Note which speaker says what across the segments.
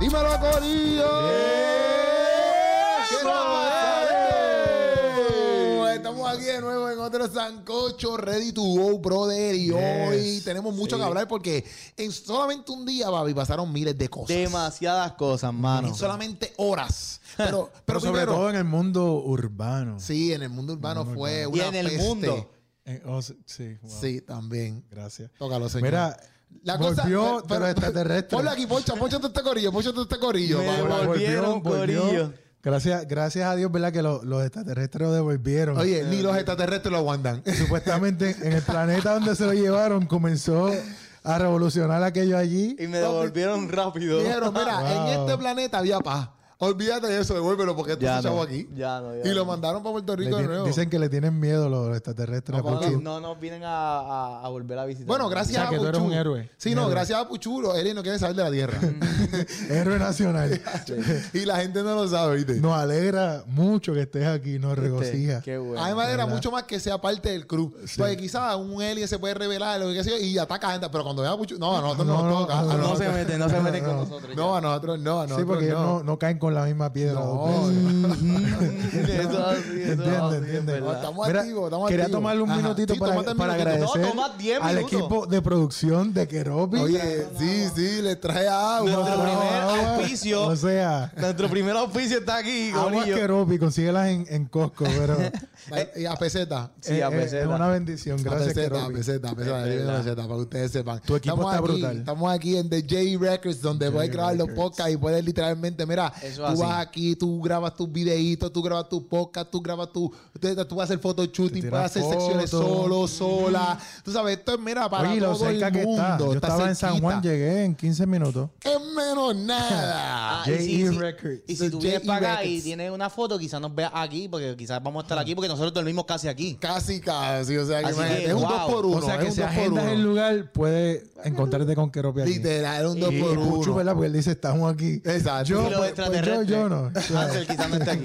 Speaker 1: ¡Dímelo, Corillo! ¿Qué está pasando?
Speaker 2: eh!
Speaker 1: Estamos aquí de nuevo en otro Sancocho Ready to Go, brother. Y hoy tenemos mucho que hablar porque en solamente un día, Babi, pasaron miles de cosas.
Speaker 2: Demasiadas cosas, mano.
Speaker 1: En solamente horas. Pero, pero,
Speaker 3: Pero sobre
Speaker 1: primero-
Speaker 3: todo en el mundo urbano.
Speaker 1: Sí, en el mundo urbano
Speaker 3: En el mundo
Speaker 1: fue
Speaker 2: Y
Speaker 1: una
Speaker 2: en el
Speaker 1: peste.
Speaker 2: mundo.
Speaker 3: En- oh, sí, sí, wow.
Speaker 1: Sí, también.
Speaker 3: Gracias.
Speaker 1: Tócalo, señor.
Speaker 3: Mira,
Speaker 1: La cosa,
Speaker 3: volvió
Speaker 1: pero-
Speaker 3: de los extraterrestres.
Speaker 1: Ponlo aquí, poncha, ponchate este corillo, ponchate este corillo.
Speaker 2: Me
Speaker 1: Pablo.
Speaker 2: devolví. Devolvieron, corillo.
Speaker 3: Gracias, gracias a Dios, ¿verdad? Que lo- los extraterrestres lo devolvieron.
Speaker 1: Oye, ni los extraterrestres lo aguantan.
Speaker 3: Supuestamente en el planeta donde se lo llevaron comenzó a revolucionar aquello allí.
Speaker 2: Y me devolvieron rápido.
Speaker 1: Dijeron, mira, en
Speaker 3: Wow.
Speaker 1: este planeta había paz. Olvídate de eso, devuélvelo porque esto se
Speaker 2: Ya no,
Speaker 1: chavo aquí.
Speaker 2: ya no, ya
Speaker 1: y lo
Speaker 2: no.
Speaker 1: mandaron para Puerto
Speaker 3: Le
Speaker 1: Rico de
Speaker 3: tien-
Speaker 1: nuevo.
Speaker 3: dicen que le tienen miedo los extraterrestres.
Speaker 1: No,
Speaker 3: a Puchu.
Speaker 2: No, no nos vienen a, a- a volver a visitar.
Speaker 1: bueno, gracias
Speaker 3: O sea,
Speaker 1: a
Speaker 3: que tú
Speaker 1: Puchu.
Speaker 3: eres un héroe.
Speaker 1: Sí,
Speaker 3: Un
Speaker 1: no,
Speaker 3: héroe.
Speaker 1: gracias a Puchulo. Él no quiere salir de la Tierra.
Speaker 3: Héroe nacional.
Speaker 1: y la gente no lo sabe, ¿viste?
Speaker 3: Nos alegra mucho que estés aquí, nos regocija.
Speaker 2: Qué bueno.
Speaker 1: Además, era
Speaker 3: ¿verdad?
Speaker 1: mucho más que sea parte del crew. Porque quizás un alien se puede revelar lo que sea, y ataca a gente. Pero cuando vea a Puchu, no, a nosotros no,
Speaker 3: No,
Speaker 1: nos
Speaker 3: no,
Speaker 1: toca. A
Speaker 3: no,
Speaker 2: no,
Speaker 1: nosotros-
Speaker 2: se meten, no se meten con
Speaker 3: no.
Speaker 2: nosotros. ya.
Speaker 1: No, a nosotros no, a nosotros
Speaker 3: sí, porque ellos no, no caen con la misma piedra.
Speaker 1: No,
Speaker 3: dos veces.
Speaker 2: Eso así, eso
Speaker 3: Entiende,
Speaker 2: así, es
Speaker 3: entiende.
Speaker 1: No,
Speaker 2: verdad.
Speaker 1: estamos
Speaker 3: Mira,
Speaker 1: activos, estamos
Speaker 3: quería
Speaker 1: activos.
Speaker 3: tomarle un
Speaker 1: Ajá.
Speaker 3: minutito
Speaker 1: Sí,
Speaker 3: para,
Speaker 1: tómate el
Speaker 3: para
Speaker 1: minutito.
Speaker 3: agradecer
Speaker 2: No, toma 10
Speaker 3: al
Speaker 2: minutos.
Speaker 3: equipo de producción de Keropi.
Speaker 1: Oye, sí, sí, les trae agua.
Speaker 2: Nuestro
Speaker 3: Agua,
Speaker 2: primer
Speaker 3: agua.
Speaker 2: auspicio.
Speaker 3: O sea,
Speaker 2: Nuestro primer auspicio está aquí,
Speaker 3: aguas
Speaker 2: gorillo.
Speaker 3: Keropi, consíguelas en, en Costco, pero
Speaker 1: Ay, Y Eh, a peseta.
Speaker 2: Sí, a
Speaker 3: es- es,
Speaker 2: peseta.
Speaker 3: una bendición.
Speaker 1: A
Speaker 3: Gracias,
Speaker 1: peseta, a
Speaker 3: Keropi.
Speaker 1: peseta, a peseta,
Speaker 2: Es
Speaker 1: ahí viene
Speaker 2: verdad.
Speaker 1: la peseta, para que ustedes sepan.
Speaker 3: Tu equipo
Speaker 1: estamos
Speaker 3: está
Speaker 1: aquí,
Speaker 3: brutal.
Speaker 1: Estamos aquí en The J Records, donde puedes grabar los
Speaker 3: Records.
Speaker 1: podcasts y puedes literalmente, mira,
Speaker 2: Eso
Speaker 1: tú
Speaker 2: así.
Speaker 1: vas aquí, tú grabas tus videitos, tú grabas tus podcasts, tú grabas tu, tú, tú vas a hacer photoshooting,
Speaker 3: Te
Speaker 1: puedes
Speaker 3: tiras
Speaker 1: hacer
Speaker 3: fotos.
Speaker 1: secciones solo, sola. Tú sabes, esto es, mira, para
Speaker 3: Oye, y lo
Speaker 1: todo el
Speaker 3: cerca
Speaker 1: mundo.
Speaker 3: que está. Yo
Speaker 1: está
Speaker 3: estaba en San Juan,
Speaker 1: cerquita.
Speaker 3: llegué en 15 minutos.
Speaker 1: Es menos nada.
Speaker 2: Ah, y si-
Speaker 3: JE
Speaker 2: si-
Speaker 3: Records.
Speaker 2: Y si tú
Speaker 1: JE
Speaker 2: vienes para acá y
Speaker 1: E Records.
Speaker 2: tienes una foto, quizás nos veas aquí, porque quizás vamos a estar aquí, porque nosotros dormimos casi aquí.
Speaker 1: Casi, casi. O sea, que
Speaker 2: Así
Speaker 1: imagínate,
Speaker 2: que,
Speaker 1: es un
Speaker 2: wow.
Speaker 1: 2 por 1
Speaker 3: O sea, que
Speaker 1: es
Speaker 3: si
Speaker 1: un 2 por
Speaker 3: agendas el
Speaker 1: 1
Speaker 3: lugar, puedes encontrarte con Keropi aquí.
Speaker 1: Literal, Eh, es un 2
Speaker 3: Y
Speaker 1: por
Speaker 3: Puchu,
Speaker 1: 1
Speaker 3: ¿verdad? Porque él dice, estamos aquí.
Speaker 1: Exacto.
Speaker 3: Yo,
Speaker 2: Y los
Speaker 3: pues, pues, yo,
Speaker 2: extraterrestres.
Speaker 3: yo no.
Speaker 1: Ah,
Speaker 2: Hansel quizás no está aquí.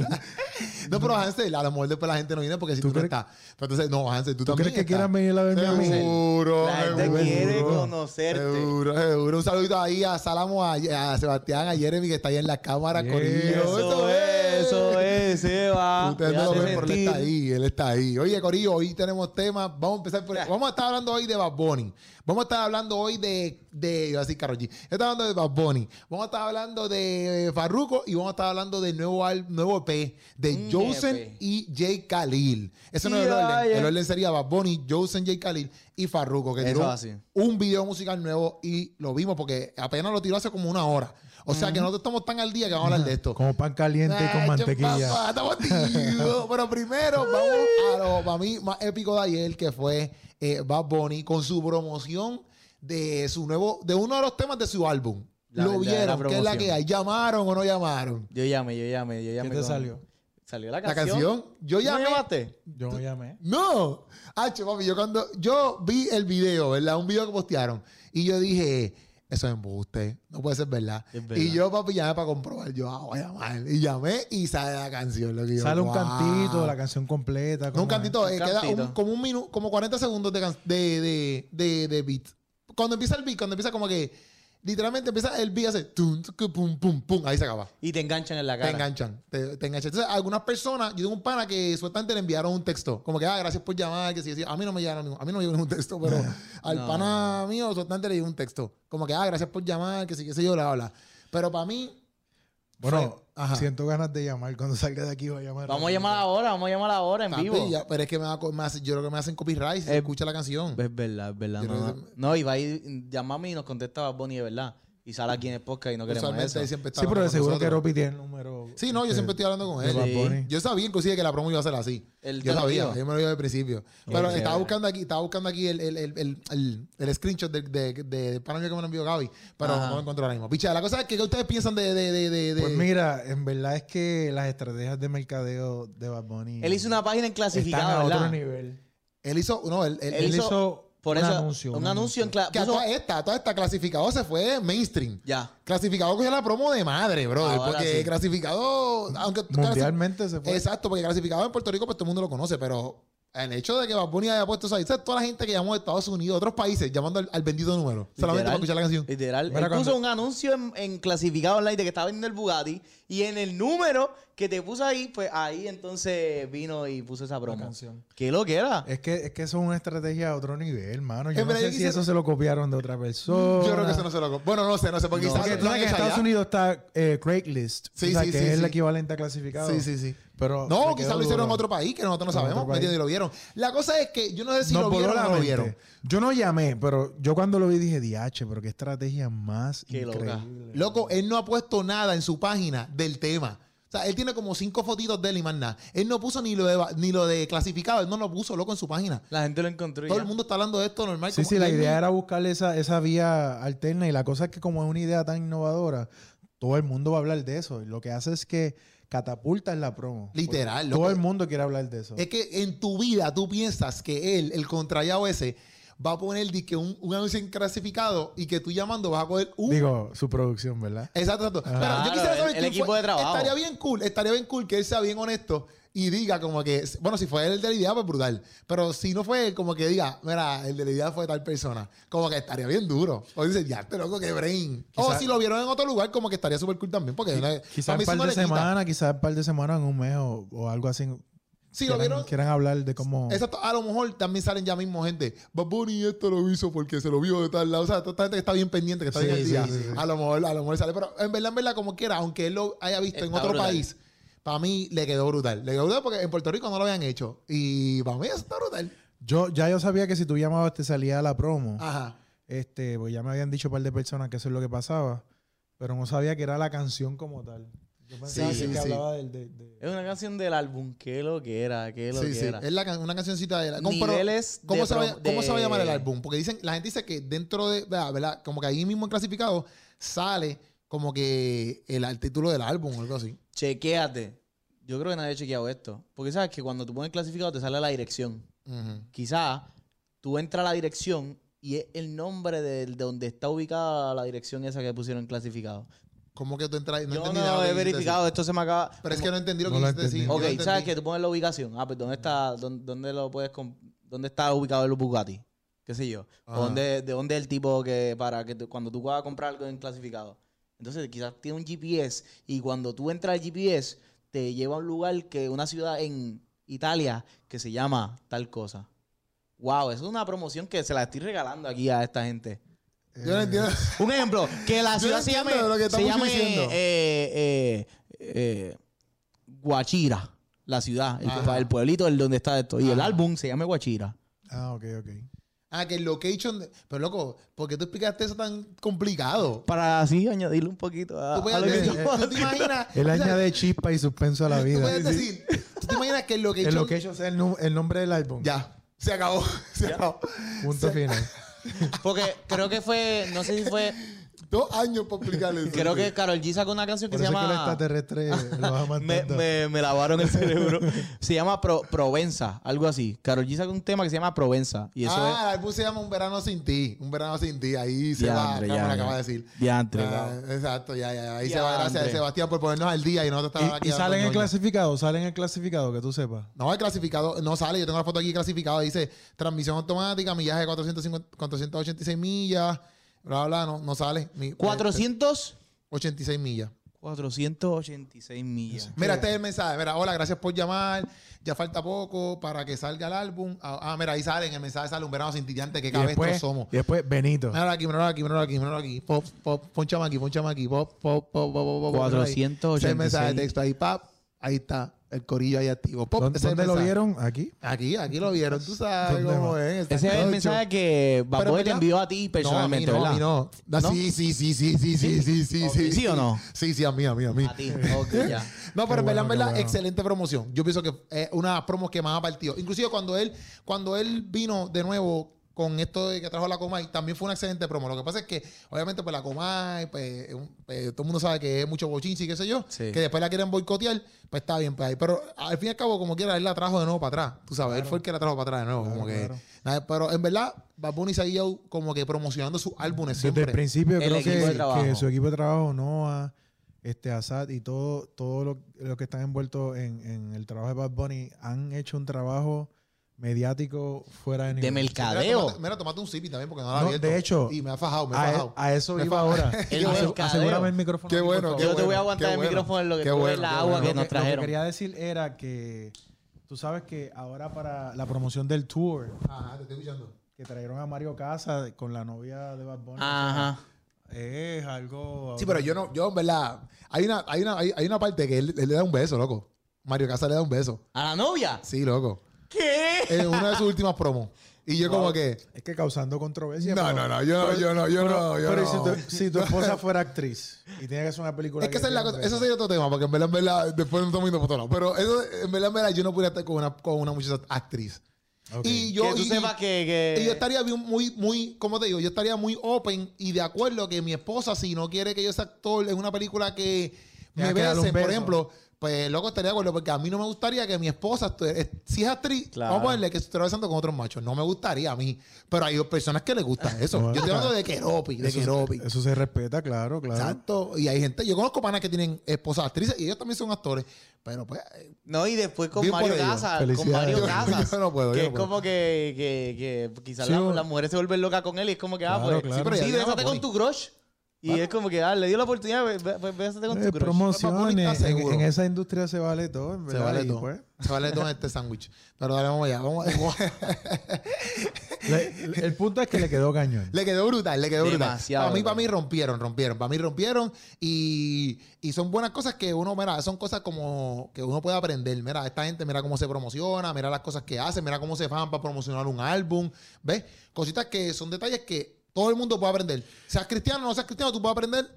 Speaker 1: No, pero Hansel, a lo mejor después la gente no viene porque si tú,
Speaker 3: ¿Tú
Speaker 1: no
Speaker 3: crees-
Speaker 1: estás. Pero entonces, no, Hansel, tú,
Speaker 3: ¿Tú
Speaker 1: también.
Speaker 3: crees que
Speaker 1: estás.
Speaker 3: quieran venir a verme a mí?
Speaker 1: Seguro.
Speaker 2: La gente
Speaker 1: seguro,
Speaker 2: quiere
Speaker 1: seguro.
Speaker 2: conocerte.
Speaker 1: Seguro, seguro. Un saludito ahí a Salamo, a, a Sebastián, a Jeremy que está ahí en la cámara,
Speaker 3: Yes.
Speaker 1: Corillo.
Speaker 2: Eso es, eso es, Seba.
Speaker 1: Ustedes no
Speaker 2: Te
Speaker 1: lo
Speaker 2: hace
Speaker 1: ven, pero él está
Speaker 2: sentir.
Speaker 1: ahí, él está ahí. Oye, Corillo, hoy tenemos temas. Vamos a empezar por. Vamos a estar hablando hoy de Bad Bunny. Vamos a estar hablando hoy de. de iba a decir Karol G. Estamos hablando de Bad Bunny. Vamos a estar hablando de eh, Farruko y vamos a estar hablando del nuevo, al- nuevo EP de
Speaker 2: Un
Speaker 1: Josen
Speaker 2: EP.
Speaker 1: y Jay Khalil. Eso no es el
Speaker 2: Yeah,
Speaker 1: orden. El
Speaker 2: yeah.
Speaker 1: orden sería Bad Bunny, Josen, Jay Khalil y Farruko, que
Speaker 2: Eso
Speaker 1: tiró
Speaker 2: así.
Speaker 1: un video musical nuevo y lo vimos porque apenas lo tiró hace como una hora. O sea que nosotros estamos tan al día que vamos a hablar de esto.
Speaker 3: Como pan caliente y con
Speaker 1: Nacho,
Speaker 3: mantequilla.
Speaker 1: papá, estamos activos. Pero primero vamos a lo para mí más épico de ayer, que fue eh, Bad Bunny con su promoción de su nuevo, de uno de los temas de su álbum.
Speaker 2: La
Speaker 1: lo
Speaker 2: verdadera
Speaker 1: vieron, que es la
Speaker 2: promoción.
Speaker 1: que hay. ¿Llamaron o no llamaron?
Speaker 2: Yo llamé, yo llamé, yo llamé.
Speaker 3: te salió?
Speaker 2: Salió la
Speaker 1: La
Speaker 2: canción.
Speaker 1: canción. Yo
Speaker 2: ¿Tú no
Speaker 1: llamé.
Speaker 2: llamaste?
Speaker 3: Yo me llamé.
Speaker 1: No. Hacho, papi, yo cuando yo vi el video, ¿verdad? Un video que postearon. Y yo dije, eso es embuste. No puede ser verdad.
Speaker 2: Es verdad.
Speaker 1: Y yo, papi, llamé para comprobar. Yo, ah, voy a llamar. Y llamé y sale la canción. Lo que yo,
Speaker 3: Sale un
Speaker 1: wow.
Speaker 3: cantito, la canción completa.
Speaker 1: No,
Speaker 3: ¿cómo
Speaker 1: un
Speaker 3: es?
Speaker 1: cantito, eh,
Speaker 2: Un
Speaker 1: queda
Speaker 2: cantito.
Speaker 1: un- como un minuto, como 40 segundos de, can- de, de, de, de beat. Cuando empieza el beat, cuando empieza como que literalmente empieza el beat hace tum, tucu, pum, pum, pum, ahí se acaba.
Speaker 2: Y te enganchan en la
Speaker 1: Te
Speaker 2: cara.
Speaker 1: enganchan, te, te enganchan. Entonces, algunas personas, yo tengo un pana que sueltamente le enviaron un texto, como que, ah, gracias por llamar, que sí, sí. A mí no me llegaron, ningún- a mí no me llegó ningún texto, pero al
Speaker 2: No.
Speaker 1: pana mío sueltamente le llegó un texto, como que, ah, gracias por llamar, que sí, que sé yo, bla, bla. Pero para mí,
Speaker 3: Bueno,
Speaker 1: Ajá.
Speaker 3: siento ganas de llamar. Cuando salga de aquí voy a llamar.
Speaker 2: Vamos a llamar ahora, vamos a llamar ahora en
Speaker 1: papi,
Speaker 2: vivo.
Speaker 1: ya- pero es que me, va a co- me hace- yo creo que me hacen copyright si se
Speaker 2: Eh,
Speaker 1: escucha la canción.
Speaker 2: Es verdad, es verdad.
Speaker 1: Yo
Speaker 2: No,
Speaker 1: creo
Speaker 2: no.
Speaker 1: que
Speaker 2: no, y va a ir, llamame y nos contesta Bad Bunny, de verdad. Y sale aquí en el podcast y no queremos
Speaker 1: Usualmente
Speaker 2: eso.
Speaker 1: él siempre está
Speaker 3: Sí, pero de
Speaker 1: hablando con
Speaker 3: seguro que
Speaker 1: nosotros.
Speaker 3: Ropi tiene el número.
Speaker 1: Sí, no, yo
Speaker 3: este,
Speaker 1: siempre estoy hablando con
Speaker 3: de
Speaker 1: él.
Speaker 3: Bad
Speaker 2: Sí.
Speaker 3: Bunny.
Speaker 1: Yo sabía inclusive que la promo iba a ser así.
Speaker 2: Él te
Speaker 1: Yo
Speaker 2: lo
Speaker 1: sabía,
Speaker 2: dijo.
Speaker 1: yo me lo dije al principio. Pero
Speaker 2: Ok.
Speaker 1: estaba buscando aquí, estaba buscando aquí el, el, el, el, el, el screenshot de, de, de, del pana mío que me lo envió Gaby, pero
Speaker 2: Ajá.
Speaker 1: no lo encuentro ahora mismo. Picha, la cosa es que ¿qué ustedes piensan de, de, de, de, de-
Speaker 3: Pues mira, en verdad es que las estrategias de mercadeo de Bad Bunny.
Speaker 2: Él hizo una página en
Speaker 3: están
Speaker 2: clasificada,
Speaker 3: a otro
Speaker 2: ¿verdad?
Speaker 3: nivel.
Speaker 1: él hizo, no, él, él-
Speaker 2: Él
Speaker 3: Él
Speaker 2: hizo-
Speaker 3: hizo
Speaker 2: Por
Speaker 3: un
Speaker 2: eso,
Speaker 3: anuncio,
Speaker 2: un
Speaker 3: un
Speaker 2: anuncio en clasificada.
Speaker 1: que a toda esta, a toda esta clasificado se fue mainstream.
Speaker 2: Ya.
Speaker 1: Clasificado cogió la promo de madre, brother.
Speaker 2: Ahora
Speaker 1: porque
Speaker 2: sí.
Speaker 1: clasificado, aunque
Speaker 3: Mundialmente se fue.
Speaker 1: pues, Exacto, porque clasificado en Puerto Rico, pues todo el mundo lo conoce, pero El hecho de que Bad Bunny haya puesto eso ahí, esa es toda la gente que llamó de Estados Unidos, otros países, llamando al, al bendito número, solamente para
Speaker 2: Literal,
Speaker 1: escuchar la canción.
Speaker 2: Literal.
Speaker 3: Mira,
Speaker 2: Él
Speaker 3: cuando-
Speaker 2: puso un anuncio en, en clasificado online de que estaba vendiendo el Bugatti y en el número que te puso ahí, pues ahí entonces vino y puso esa broma.
Speaker 3: canción.
Speaker 2: ¿Qué lo que era?
Speaker 1: Eh,
Speaker 3: Es que, es que eso es una estrategia a otro nivel, hermano.
Speaker 1: Es
Speaker 3: Yo no
Speaker 1: verdad,
Speaker 3: sé
Speaker 1: yo
Speaker 3: si
Speaker 1: quisiera-
Speaker 3: eso se lo copiaron de otra persona.
Speaker 1: Yo creo que eso no se lo... Bueno, no sé, no sé, porque
Speaker 2: No
Speaker 1: quizás
Speaker 3: Porque
Speaker 1: lo
Speaker 3: tú sabes que en
Speaker 1: han hecho
Speaker 3: Estados
Speaker 1: allá.
Speaker 3: Unidos está eh, Craigslist.
Speaker 1: ¿ah? Sí,
Speaker 3: o sea,
Speaker 1: sí,
Speaker 3: que
Speaker 1: sí,
Speaker 3: es el
Speaker 1: sí.
Speaker 3: equivalente a clasificado.
Speaker 1: Sí, sí, sí.
Speaker 3: Pero
Speaker 1: No,
Speaker 3: me
Speaker 1: quizás
Speaker 3: quedó
Speaker 1: lo hicieron en
Speaker 3: duro.
Speaker 1: otro país que nosotros no
Speaker 3: En otro
Speaker 1: sabemos, ¿me
Speaker 3: país.
Speaker 1: entiendes? Y lo vieron. La cosa es que yo no sé si
Speaker 3: Nos
Speaker 1: lo
Speaker 3: voló
Speaker 1: vieron o
Speaker 3: la
Speaker 1: no lo
Speaker 3: mente.
Speaker 1: vieron.
Speaker 3: Yo no llamé, pero yo cuando lo vi dije, diache, pero qué estrategia más
Speaker 2: Qué loca.
Speaker 3: increíble.
Speaker 1: Loco, él no ha puesto nada en su página del tema. O sea, él tiene como cinco fotitos de él y más nada. Él no puso ni lo de, ni lo de clasificado, él no lo puso, loco, en su página.
Speaker 2: La gente lo encontró y
Speaker 1: Todo
Speaker 2: ya.
Speaker 1: el mundo está hablando de esto normal.
Speaker 3: Sí,
Speaker 1: como-
Speaker 3: sí, la
Speaker 1: y él-
Speaker 3: idea era buscarle esa, esa vía alterna y la cosa es que como es una idea tan innovadora, todo el mundo va a hablar de eso. Y lo que hace es que catapulta en la promo.
Speaker 1: Literal,
Speaker 3: Porque
Speaker 1: loco.
Speaker 3: Todo el mundo quiere hablar de eso.
Speaker 1: Es que en tu vida tú piensas que él, el contrallado ese, va a poner di que un, un anuncio en clasificado y que tú llamando vas a coger un
Speaker 3: Digo, su producción, ¿verdad?
Speaker 1: Exacto, exacto. Pero yo
Speaker 2: Claro,
Speaker 1: quisiera saber
Speaker 2: el- el
Speaker 1: quién
Speaker 2: equipo
Speaker 1: fue.
Speaker 2: de trabajo.
Speaker 1: Estaría bien cool, estaría bien cool que él sea bien honesto y diga como que, bueno, si fue el de la idea, pues brutal. Pero si no fue él, como que diga, mira, el de la idea fue tal persona. Como que estaría bien duro. O dice, ya, te loco, qué brain. o
Speaker 3: Quizá-
Speaker 1: si lo vieron en otro lugar, como que estaría súper cool también. Porque no- Eh, para
Speaker 3: Quizás
Speaker 1: mí
Speaker 3: un
Speaker 1: eso
Speaker 3: par
Speaker 1: no
Speaker 3: de
Speaker 1: le quita.
Speaker 3: semanas, quizás un par de semanas en un mes o, o algo así.
Speaker 1: Si lo
Speaker 3: quieran,
Speaker 1: vieron,
Speaker 3: quieran hablar de cómo...
Speaker 1: Exacto, a lo mejor también salen ya mismo gente. Bad Bunny esto lo hizo porque se lo vio de tal lado. O sea, toda esta gente que está bien pendiente, que está
Speaker 3: Sí,
Speaker 1: bien al
Speaker 3: sí,
Speaker 1: día.
Speaker 3: sí, sí.
Speaker 1: A lo mejor, a lo mejor sale. Pero en verdad, en verdad, como quiera, aunque él lo haya visto en
Speaker 2: Está
Speaker 1: otro
Speaker 2: brutal.
Speaker 1: país, para mí le quedó brutal. Le quedó brutal porque en Puerto Rico no lo habían hecho. Y para mí eso está brutal.
Speaker 3: Yo, ya yo sabía que si tú llamabas te salía la promo.
Speaker 1: Ajá.
Speaker 3: Este, pues ya me habían dicho un par de personas que eso es lo que pasaba, pero no sabía que era la canción como tal. Yo pensaba
Speaker 1: Sí,
Speaker 3: que
Speaker 1: sí, sí.
Speaker 3: hablaba del de, de-
Speaker 2: Es una canción del álbum. ¿Qué lo que era? ¿Qué lo
Speaker 1: Sí,
Speaker 2: que
Speaker 1: sí.
Speaker 2: era?
Speaker 1: Es la can- una cancioncita de la. ¿Cómo, pero-
Speaker 2: Niveles
Speaker 1: ¿cómo
Speaker 2: de
Speaker 1: se va,
Speaker 2: pro-
Speaker 1: a- cómo se va a llamar el
Speaker 2: de-
Speaker 1: álbum? Porque dicen, la gente dice que dentro de. ¿Verdad? ¿verdad? Como que ahí mismo en clasificado sale como que el, el título del álbum o algo así.
Speaker 2: Chequéate. Yo creo que nadie ha chequeado esto. Porque sabes que cuando tú pones clasificado te sale la dirección.
Speaker 1: Ujú.
Speaker 2: Quizás tú entras a la dirección y es el nombre del- de donde está ubicada la dirección esa que pusieron en clasificado.
Speaker 1: ¿Cómo que tú entras?
Speaker 2: Yo
Speaker 1: entendí nada de
Speaker 2: no
Speaker 1: lo que
Speaker 2: he
Speaker 1: quisiste decir.
Speaker 2: verificado, esto se me acaba.
Speaker 1: Pero es que no entendí lo que
Speaker 3: No lo
Speaker 1: quisiste decir.
Speaker 3: entendí.
Speaker 1: yo
Speaker 2: Ok,
Speaker 1: no entendí.
Speaker 2: ¿sabes que tú pones la ubicación? Ah, pues ¿dónde está, dónde, dónde lo puedes comp- dónde está ubicado el Bugatti? ¿Qué sé yo? ¿O
Speaker 1: Ajá.
Speaker 2: dónde, ¿De dónde es el tipo que para que tú- cuando tú vas a comprar algo en clasificado? Entonces, quizás tiene un GPS y cuando tú entras al GPS te lleva a un lugar que una ciudad en Italia que se llama tal cosa. Wow, eso es una promoción que se la estoy regalando aquí a esta gente.
Speaker 1: Yo no
Speaker 3: eh,
Speaker 1: entiendo.
Speaker 2: Un ejemplo, que la
Speaker 1: Yo
Speaker 2: ciudad
Speaker 1: no
Speaker 2: se llame,
Speaker 1: entiendo lo que
Speaker 2: se
Speaker 1: estamos
Speaker 2: llame
Speaker 1: diciendo.
Speaker 2: eh, eh, eh, Guachira, la ciudad, el,
Speaker 1: Ajá.
Speaker 2: el pueblito el donde está esto. Y el
Speaker 1: Ajá.
Speaker 2: álbum se llama Guachira.
Speaker 3: Ah, ok, ok.
Speaker 1: Ah, que el location. de- Pero loco, ¿por qué tú explicaste eso tan complicado?
Speaker 2: Para así añadirle un poquito a,
Speaker 1: Tú
Speaker 2: a
Speaker 1: puedes eh.
Speaker 2: lo que
Speaker 1: decir,
Speaker 2: yo-
Speaker 1: ¿tú te imaginas?
Speaker 3: Él
Speaker 1: o sea,
Speaker 3: añade chispa y suspenso a la
Speaker 1: Tú
Speaker 3: vida.
Speaker 1: puedes decir, ¿tú te imaginas que el location.
Speaker 3: El location es el, nu- el nombre del álbum.
Speaker 1: Ya, se acabó. Se acabó.
Speaker 3: Punto final.
Speaker 2: Porque creo que fue, no sé si fue,
Speaker 1: Dos años para explicar eso.
Speaker 2: creo que Carol G sacó una canción que
Speaker 3: Por
Speaker 2: se
Speaker 3: eso es que los
Speaker 2: llama...
Speaker 3: extraterrestres lo aman
Speaker 2: me,
Speaker 3: tanto.
Speaker 2: me- me lavaron el cerebro. se llama Pro- Provenza, algo así. Carol G sacó un tema que se llama Provenza. Y eso
Speaker 1: ah, el álbum se llama Un verano sin ti. Un verano sin ti. Ahí se va.
Speaker 2: Diantre,
Speaker 1: Cámara
Speaker 2: ya,
Speaker 1: acaba
Speaker 2: ya.
Speaker 1: de decir.
Speaker 2: es... Diantre, wow.
Speaker 1: Ah, exacto, ya, ya. Ahí se va. Gracias
Speaker 2: Diantre.
Speaker 1: Sebastián por ponernos al día y nosotros estábamos
Speaker 3: Y,
Speaker 1: aquí.
Speaker 3: y
Speaker 1: dando
Speaker 3: salen en el
Speaker 1: ñoña.
Speaker 3: clasificado, salen en el clasificado, que tú sepas.
Speaker 1: No, el clasificado no sale. Yo tengo la foto aquí clasificada. Dice transmisión automática, millaje de 450, 486 millas. Bla, bla, no, no sale. Mi-
Speaker 2: 400...
Speaker 1: eh, 86 millas.
Speaker 2: 486 millas.
Speaker 1: Mira, este es el mensaje. Mira, hola, gracias por llamar. Ya falta poco para que salga el álbum. Ah, ah, mira, ahí sale. En el mensaje sale un verano cintilante. Qué
Speaker 3: Y después,
Speaker 1: cabestros somos.
Speaker 3: y después, Benito.
Speaker 1: Míralo aquí, míralo aquí, míralo aquí, míralo aquí. Pop, pop, ponchame aquí, ponchame aquí. Pop, pop, pop, pop, pop, pop.
Speaker 2: 486.
Speaker 1: Ese es el mensaje de texto ahí, pap. Ahí está. El corillo ahí activo. Pop,
Speaker 3: ¿Dónde,
Speaker 1: ese es el
Speaker 3: dónde lo
Speaker 1: mensaje.
Speaker 3: vieron? Aquí.
Speaker 1: Aquí, aquí lo vieron. Tú sabes
Speaker 3: ¿Dónde
Speaker 1: cómo
Speaker 3: va?
Speaker 1: es.
Speaker 2: Ese es el
Speaker 1: Sancocho.
Speaker 2: mensaje que Bad
Speaker 1: Pero,
Speaker 2: Bunny te
Speaker 1: ¿verdad?
Speaker 2: envió a ti
Speaker 1: no,
Speaker 2: personalmente,
Speaker 1: a
Speaker 2: ¿verdad?
Speaker 1: mí no, a mí no.
Speaker 2: ¿No?
Speaker 1: Sí, sí, sí, sí, sí, sí, sí, sí,
Speaker 2: Ok,
Speaker 1: sí.
Speaker 2: ¿sí o no? Ah,
Speaker 1: Sí, sí, a mí, a mí, a mí.
Speaker 2: A ti. Ok, ya.
Speaker 1: No, pero
Speaker 3: Qué
Speaker 1: en verdad, en
Speaker 3: bueno,
Speaker 1: verdad,
Speaker 3: qué bueno.
Speaker 1: excelente promoción. Yo pienso que es una de las promos que más ha partido. Inclusive cuando él, cuando él vino de nuevo con esto de que trajo la Comay, también fue una excelente promo. Lo que pasa es que, obviamente, pues la Comay, pues, es un- pues, todo el mundo sabe que es mucho bochinchi, qué sé yo,
Speaker 2: Sí.
Speaker 1: que después la quieren boicotear, pues está bien, pues ahí. Pero al fin y al cabo, como quiera, él la trajo de nuevo para atrás. Tú sabes, él fue el que la trajo para atrás de nuevo.
Speaker 3: Claro,
Speaker 1: como que,
Speaker 3: claro.
Speaker 1: nada, pero en verdad, Bad Bunny se ha ido como que promocionando sus álbumes
Speaker 3: Desde el
Speaker 1: siempre.
Speaker 3: principio
Speaker 2: El
Speaker 3: creo
Speaker 2: equipo de
Speaker 3: que,
Speaker 2: trabajo.
Speaker 3: que su equipo de trabajo, Noah, este, Asad y todo, todo lo, lo que están envueltos en, en el trabajo de Bad Bunny han hecho un trabajo mediático fuera
Speaker 2: de
Speaker 3: de nivel.
Speaker 1: Mira,
Speaker 2: mercadeo.
Speaker 1: tomate, mira, tomate un sipi también porque no lo he
Speaker 3: No,
Speaker 1: abierto.
Speaker 3: de hecho,
Speaker 1: Y me ha fajado, me ha
Speaker 3: A, e,
Speaker 1: fajado.
Speaker 3: a eso
Speaker 1: Me
Speaker 3: iba
Speaker 1: fa-
Speaker 3: ahora.
Speaker 2: El
Speaker 3: Ase-
Speaker 2: mercadeo.
Speaker 3: asegúrame el micrófono.
Speaker 1: Qué
Speaker 3: aquí, por
Speaker 1: bueno,
Speaker 3: favor.
Speaker 1: qué
Speaker 2: Yo te voy
Speaker 1: bueno,
Speaker 2: a
Speaker 1: qué
Speaker 2: aguantar el
Speaker 1: bueno,
Speaker 2: micrófono en lo que
Speaker 1: qué
Speaker 2: tú ves
Speaker 1: bueno,
Speaker 2: la
Speaker 1: qué
Speaker 2: agua
Speaker 1: bueno.
Speaker 2: que
Speaker 3: Lo
Speaker 2: nos
Speaker 3: lo
Speaker 2: trajeron.
Speaker 3: quería decir era que tú sabes que ahora para la promoción del tour
Speaker 1: Ajá, te estoy escuchando.
Speaker 3: que trajeron a Mario Casa con la novia de Bad Bunny.
Speaker 2: Ajá.
Speaker 3: Es algo.
Speaker 1: Sí, pero yo no, yo en verdad, hay una, hay una, hay, hay una parte que él, él le da un beso, loco. Mario Casa le da un beso.
Speaker 2: ¿A la novia?
Speaker 1: Sí, loco.
Speaker 2: ¿Qué?
Speaker 1: En una de sus últimas promos. Y yo como que,
Speaker 3: Es que causando controversia.
Speaker 1: no,
Speaker 3: pero-
Speaker 1: no, no, yo no, yo no, yo no, yo
Speaker 3: pero
Speaker 1: no.
Speaker 3: si, tu, si tu esposa fuera actriz y tiene que hacer una película.
Speaker 1: Es que esa es la
Speaker 3: tenga
Speaker 1: cosa,
Speaker 3: un
Speaker 1: eso
Speaker 3: beso,
Speaker 1: sería otro tema, porque en verdad, en verdad, después no estamos yendo por todos lados. Pero eso, en verdad, en verdad, yo no podría estar con una, con una muchacha actriz.
Speaker 3: Ok.
Speaker 1: Y yo,
Speaker 2: que tú
Speaker 1: y-
Speaker 2: sepas que... que-
Speaker 1: Y yo estaría bien- muy, muy, como te digo, yo estaría muy open y de acuerdo que mi esposa, si no quiere que yo sea actor en una película que
Speaker 3: Tenga
Speaker 1: me
Speaker 3: que darle un
Speaker 1: besen, por
Speaker 3: beso.
Speaker 1: ejemplo, pues loco estaría de acuerdo, porque a mí no me gustaría que mi esposa, estu- es- si es actriz,
Speaker 2: Claro.
Speaker 1: vamos a ponerle que se estuviera besando con otros machos. No me gustaría a mí, pero hay personas que les gusta eso.
Speaker 3: No,
Speaker 1: yo estoy
Speaker 3: claro.
Speaker 1: hablando de Keropi, de
Speaker 3: eso,
Speaker 1: Keropi.
Speaker 3: eso se respeta, claro, claro.
Speaker 1: Exacto. Y hay gente, yo conozco panas que tienen esposas actrices y ellos también son actores, pero pues eh,
Speaker 2: No, y después con
Speaker 1: Bien por
Speaker 2: Mario
Speaker 1: ellos.
Speaker 2: Casas, con
Speaker 3: Felicidades.
Speaker 2: Mario
Speaker 1: Yo-
Speaker 2: Casas.
Speaker 1: yo no puedo, yo pues.
Speaker 2: Que
Speaker 1: no
Speaker 2: es
Speaker 1: puedo.
Speaker 2: como que, que, que quizás
Speaker 3: Sí,
Speaker 2: la-
Speaker 3: o-
Speaker 2: las mujeres se vuelven locas con él y es como que, ah,
Speaker 3: Claro,
Speaker 2: pues,
Speaker 3: claro.
Speaker 2: sí,
Speaker 1: pero ya
Speaker 2: sí,
Speaker 1: tiene
Speaker 2: bésate
Speaker 1: Bad Bunny.
Speaker 2: con tu crush. Y es como que, ah, le dio la oportunidad, ve- ve- ve- bésate con
Speaker 3: Eh,
Speaker 2: tu crush.
Speaker 1: Bonita,
Speaker 3: promociones. En,
Speaker 1: seguro.
Speaker 3: en esa industria se vale todo, en
Speaker 1: se
Speaker 3: verdad.
Speaker 1: vale
Speaker 3: y,
Speaker 1: todo.
Speaker 3: pues,
Speaker 1: Se vale todo en este sándwich. Pero dale, vamos allá. Vamos
Speaker 3: le- le- el punto es que le quedó cañón.
Speaker 1: Le quedó brutal, le quedó brutal.
Speaker 2: Demasiado,
Speaker 1: Para mí,
Speaker 2: bro.
Speaker 1: para mí rompieron, rompieron. Para mí rompieron y, y son buenas cosas que uno, mira, son cosas como que uno puede aprender. Mira, esta gente, mira cómo se promociona, mira las cosas que hace, mira cómo se fan para promocionar un álbum. ¿Ves? Cositas que son detalles que todo el mundo puede aprender. Seas cristiano o no seas cristiano, tú puedes aprender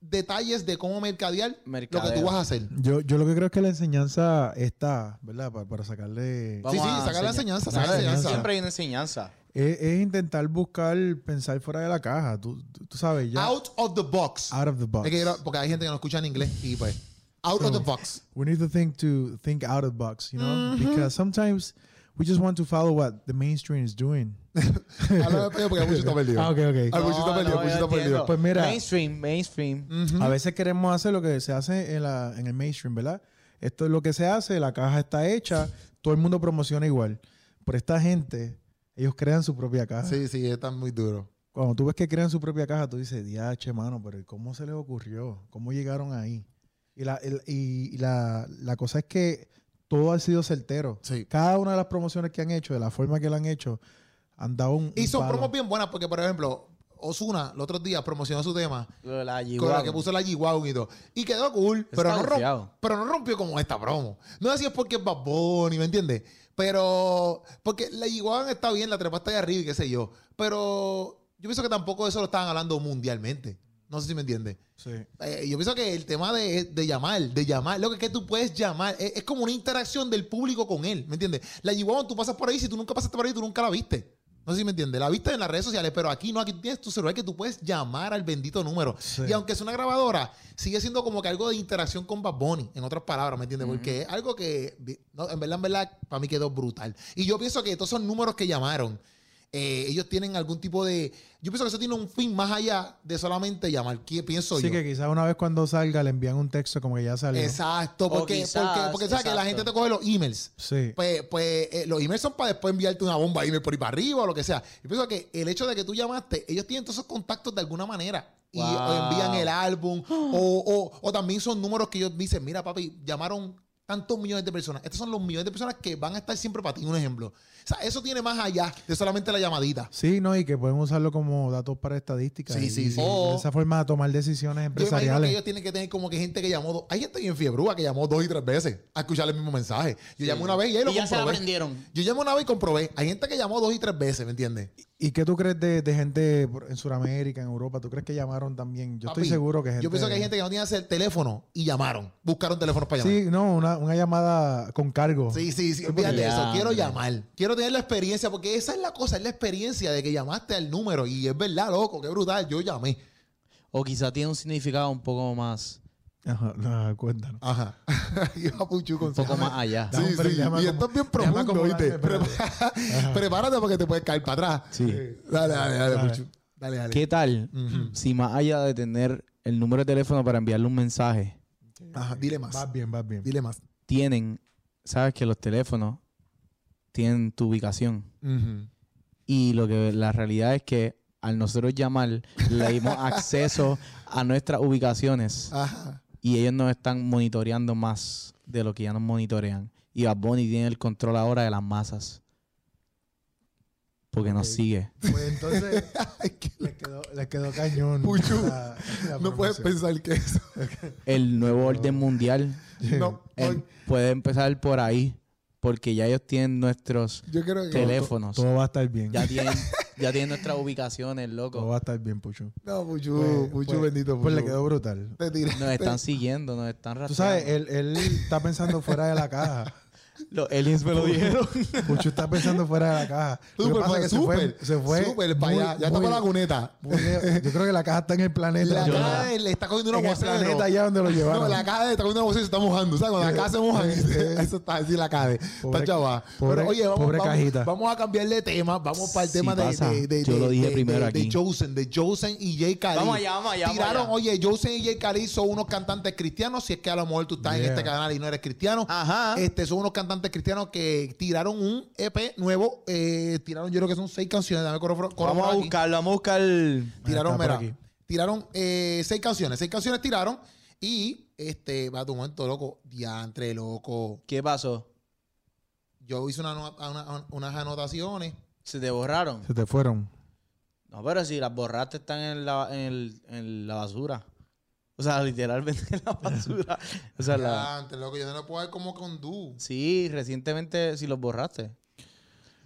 Speaker 1: detalles de cómo mercadear lo que
Speaker 2: Mercadeo.
Speaker 1: tú vas a hacer.
Speaker 3: Yo, yo lo que creo es que la enseñanza está, ¿verdad? Pa- Para, sacarle...
Speaker 2: Vamos
Speaker 1: sí,
Speaker 2: a
Speaker 1: sí, sacar la
Speaker 2: enseñar.
Speaker 1: enseñanza,
Speaker 3: La
Speaker 1: sacar la enseñanza.
Speaker 3: enseñanza.
Speaker 2: Siempre hay una enseñanza.
Speaker 3: Es, es intentar buscar, pensar fuera de la caja. Tú, tú- tú sabes, ya...
Speaker 1: Out of the box.
Speaker 3: out of the box.
Speaker 1: Es que yo- porque hay gente que no escucha en inglés y pues, out of the box.
Speaker 3: we need to think to think out of the box, you know? Because sometimes we just want to follow what the mainstream is doing.
Speaker 1: Habla de español porque hay mucho está perdido.
Speaker 3: Ah, ok, ok.
Speaker 1: Ay, Puchito perdió,
Speaker 2: yo
Speaker 1: Puchito perdió.
Speaker 2: entiendo.
Speaker 3: Pues mira-
Speaker 2: Mainstream, mainstream.
Speaker 3: A veces queremos hacer lo que se hace en, la, en el mainstream, ¿verdad? Esto es lo que se hace, la caja está hecha, todo el mundo promociona igual. Pero esta gente, ellos crean su propia caja.
Speaker 1: Sí, sí, está muy duro.
Speaker 3: Cuando tú ves que crean su propia caja, tú dices, diache, mano, pero ¿cómo se les ocurrió? ¿Cómo llegaron ahí? Y la, el- y la, la cosa es que todo ha sido certero.
Speaker 1: Sí.
Speaker 3: Cada una de las promociones que han hecho, de la forma que la han hecho, han dado un.
Speaker 1: Y
Speaker 3: un
Speaker 1: son
Speaker 3: palo.
Speaker 1: promos bien buenas porque, por ejemplo, Osuna los otros días promocionó su tema
Speaker 2: Lo de la
Speaker 1: con la
Speaker 2: G-Wagon.
Speaker 1: que puso la G-Wagon y todo. Y quedó cool, pero no, romp-
Speaker 2: confiado.
Speaker 1: pero no rompió como esta promo. No sé si es porque es Bad Bunny, ¿me entiendes? Pero, porque la G-Wagon está bien, la trepa está ahí arriba y qué sé yo. Pero yo pienso que tampoco de eso lo estaban hablando mundialmente. No sé si me entiendes.
Speaker 3: Sí.
Speaker 1: Eh, yo pienso que el tema de, de llamar, de llamar, lo que es que tú puedes llamar, es, es como una interacción del público con él, ¿me entiendes? La G-Wagon, tú pasas por ahí, si tú nunca pasaste por ahí, tú nunca la viste. No sé si me entiendes, la viste en las redes sociales, pero aquí no, aquí tú tienes tu celular que tú puedes llamar al bendito número.
Speaker 3: Sí.
Speaker 1: Y aunque es una grabadora, sigue siendo como que algo de interacción con Bad Bunny, en otras palabras, ¿me entiendes? Porque es algo que, vi- no, en verdad, en verdad, para mí quedó brutal. Y yo pienso que todos esos números que llamaron, eh, ellos tienen algún tipo de... Yo pienso que eso tiene un fin más allá de solamente llamar, ¿qué pienso
Speaker 3: Sí,
Speaker 1: yo?
Speaker 3: que quizás una vez cuando salga le envían un texto como que ya salió.
Speaker 1: Exacto,
Speaker 2: O
Speaker 1: porque,
Speaker 2: quizás,
Speaker 1: porque, porque sabes que la
Speaker 2: exacto.
Speaker 1: gente te coge los emails.
Speaker 3: Sí.
Speaker 1: Pues, pues eh, los emails son para después enviarte una bomba de email por ahí para arriba o lo que sea. Yo pienso que el hecho de que tú llamaste, ellos tienen todos esos contactos de alguna manera. Y
Speaker 2: Wow.
Speaker 1: o envían el álbum. O, o- o también son números que ellos dicen, mira papi, llamaron tantos millones de personas. Estos son los millones de personas que van a estar siempre para ti, un ejemplo. O sea, eso tiene más allá de solamente la llamadita.
Speaker 3: Sí, no, y que pueden usarlo como datos para estadísticas.
Speaker 1: Sí, sí,
Speaker 3: y-
Speaker 1: sí.
Speaker 3: y
Speaker 2: O-
Speaker 3: de esa forma de tomar decisiones
Speaker 1: Yo imagino que
Speaker 3: empresariales.
Speaker 1: ellos tienen que tener como que gente que llamó dos. Hay gente bien fiebrúa que llamó dos y tres veces a escuchar el mismo mensaje. Yo llamé una vez y ahí lo
Speaker 2: Y ya se la
Speaker 1: comprobé.
Speaker 2: aprendieron.
Speaker 1: Yo llamé una vez y comprobé. Hay gente que llamó dos y tres veces, ¿me entiendes?
Speaker 3: ¿Y qué tú crees de, de gente por- en Sudamérica, en Europa? ¿Tú crees que llamaron también? Yo
Speaker 1: Papi,
Speaker 3: estoy seguro que gente.
Speaker 1: Yo pienso que hay gente que no tenía el teléfono y llamaron. Buscaron teléfonos para llamar.
Speaker 3: Sí, no, una, una llamada con cargo.
Speaker 1: Sí, sí, sí. Fíjate
Speaker 2: porque-
Speaker 1: eso.
Speaker 2: Ya,
Speaker 1: Quiero
Speaker 2: hombre.
Speaker 1: llamar. Quiero tener la experiencia porque esa es la cosa, es la experiencia de que llamaste al número. Y es verdad, loco, qué brutal. Yo llamé.
Speaker 2: O quizá tiene un significado un poco más,
Speaker 3: Ajá, no, cuéntanos.
Speaker 1: Ajá. Iba a Puchu con
Speaker 2: un poco más allá.
Speaker 1: Sí,
Speaker 3: Déjame, pero
Speaker 1: sí.
Speaker 3: déjame
Speaker 1: Y
Speaker 3: acom-
Speaker 1: esto es bien
Speaker 3: déjame
Speaker 1: profundo,
Speaker 3: acomodarme,
Speaker 1: ¿viste?
Speaker 3: espérate.
Speaker 1: Prepa- Prepárate porque te puedes caer para atrás.
Speaker 2: Sí.
Speaker 1: Dale, dale, dale,
Speaker 3: Dale.
Speaker 1: Puchu. Dale, dale.
Speaker 2: ¿Qué tal
Speaker 1: Ujú.
Speaker 2: si más allá de tener el número de teléfono para enviarle un mensaje,
Speaker 1: Ajá, dile más.
Speaker 3: Vas bien, vas bien.
Speaker 1: Dile más.
Speaker 2: tienen, sabes que los teléfonos tienen tu ubicación.
Speaker 1: Ujú.
Speaker 2: Y lo que la realidad es que al nosotros llamar, le dimos acceso a nuestras ubicaciones
Speaker 1: Ajá.
Speaker 2: y ellos nos están monitoreando más de lo que ya nos monitorean. Y Bad Bunny tiene el control ahora de las masas. Porque nos
Speaker 3: Ok.
Speaker 2: sigue.
Speaker 3: Pues entonces
Speaker 1: Ay, qué-
Speaker 3: les quedó, les quedó cañón.
Speaker 1: Puchu,
Speaker 3: la- la
Speaker 1: no puedes
Speaker 3: promoción.
Speaker 1: pensar que eso.
Speaker 2: El nuevo orden mundial
Speaker 1: No,
Speaker 2: em,
Speaker 1: no,
Speaker 2: puede empezar por ahí. Porque ya ellos tienen nuestros
Speaker 1: yo quiero que.
Speaker 2: teléfonos.
Speaker 3: Todo va a estar bien.
Speaker 2: Ya tienen, ya tienen nuestras ubicaciones,
Speaker 3: Todo
Speaker 2: loco.
Speaker 3: va a estar bien, Puchu.
Speaker 1: No, Puchu,
Speaker 3: Pues-
Speaker 1: Puchu,
Speaker 3: pues-
Speaker 1: bendito. Puchu.
Speaker 3: Pues le quedó brutal.
Speaker 1: Te tiraste.
Speaker 2: Nos están siguiendo, nos están
Speaker 3: Tú
Speaker 2: rastreando.
Speaker 3: sabes, él, él está pensando fuera de la caja.
Speaker 2: Los aliens me lo dijeron.
Speaker 3: Puchu está pensando fuera de la caja. Lo que
Speaker 1: Súper,
Speaker 3: pasa es que
Speaker 1: súper,
Speaker 3: se fue, se fue
Speaker 1: súper para
Speaker 3: muy-
Speaker 1: allá. Ya
Speaker 3: muy-
Speaker 1: está para la cuneta.
Speaker 3: muy lejos. Yo creo que la caja está en el planeta.
Speaker 1: La
Speaker 3: Yo-
Speaker 1: caja de- le está cogiendo
Speaker 3: en
Speaker 1: una
Speaker 3: el
Speaker 1: aguacero.
Speaker 3: planeta allá donde lo llevaron.
Speaker 1: No, la caja de está cogiendo una aguacero y se está mojando. ¿Sabes? Cuando la caja se moja, eso está así la caja de. Está
Speaker 3: Pobre-
Speaker 1: chaval.
Speaker 3: pobre-
Speaker 1: Pero oye, vamos,
Speaker 3: pobre
Speaker 1: vamos-
Speaker 3: cajita.
Speaker 1: vamos a cambiar de tema. Vamos para el
Speaker 2: Sí
Speaker 1: tema de-
Speaker 2: pasa.
Speaker 1: de, de-
Speaker 2: Yo
Speaker 1: de-
Speaker 2: lo dije
Speaker 1: de-
Speaker 2: primero
Speaker 1: de-
Speaker 2: aquí.
Speaker 1: De Josen, de Josen y J. Cali.
Speaker 2: Vamos allá, vamos allá, vamos
Speaker 1: Tiraron,
Speaker 2: allá.
Speaker 1: oye, Josen y J. Cali son unos cantantes cristianos. Si es que a lo mejor tú estás en
Speaker 3: Yeah.
Speaker 1: este canal y no eres cristiano.
Speaker 2: Ajá.
Speaker 1: Este, son unos cantantes cristianos que tiraron un EP nuevo. eh, tiraron, yo creo que son seis canciones. Dame corro, corro
Speaker 2: vamos
Speaker 1: por
Speaker 2: a
Speaker 1: aquí.
Speaker 2: buscarlo, vamos a buscar.
Speaker 1: Tiraron,
Speaker 3: Ah, Está por
Speaker 1: mira,
Speaker 3: aquí.
Speaker 1: tiraron eh, seis canciones. Seis canciones tiraron. Y este, va tu momento, loco. Diantre, loco.
Speaker 2: ¿Qué pasó?
Speaker 1: Yo hice una no- una- unas anotaciones.
Speaker 2: ¿Se te borraron?
Speaker 3: Se te fueron.
Speaker 2: No, pero si las borraste están en la, en el- en la basura. O sea, literalmente en la basura. O sea, la-
Speaker 1: Diantre, loco. Yo no lo puedo ver como con du.
Speaker 2: Sí, recientemente si los borraste.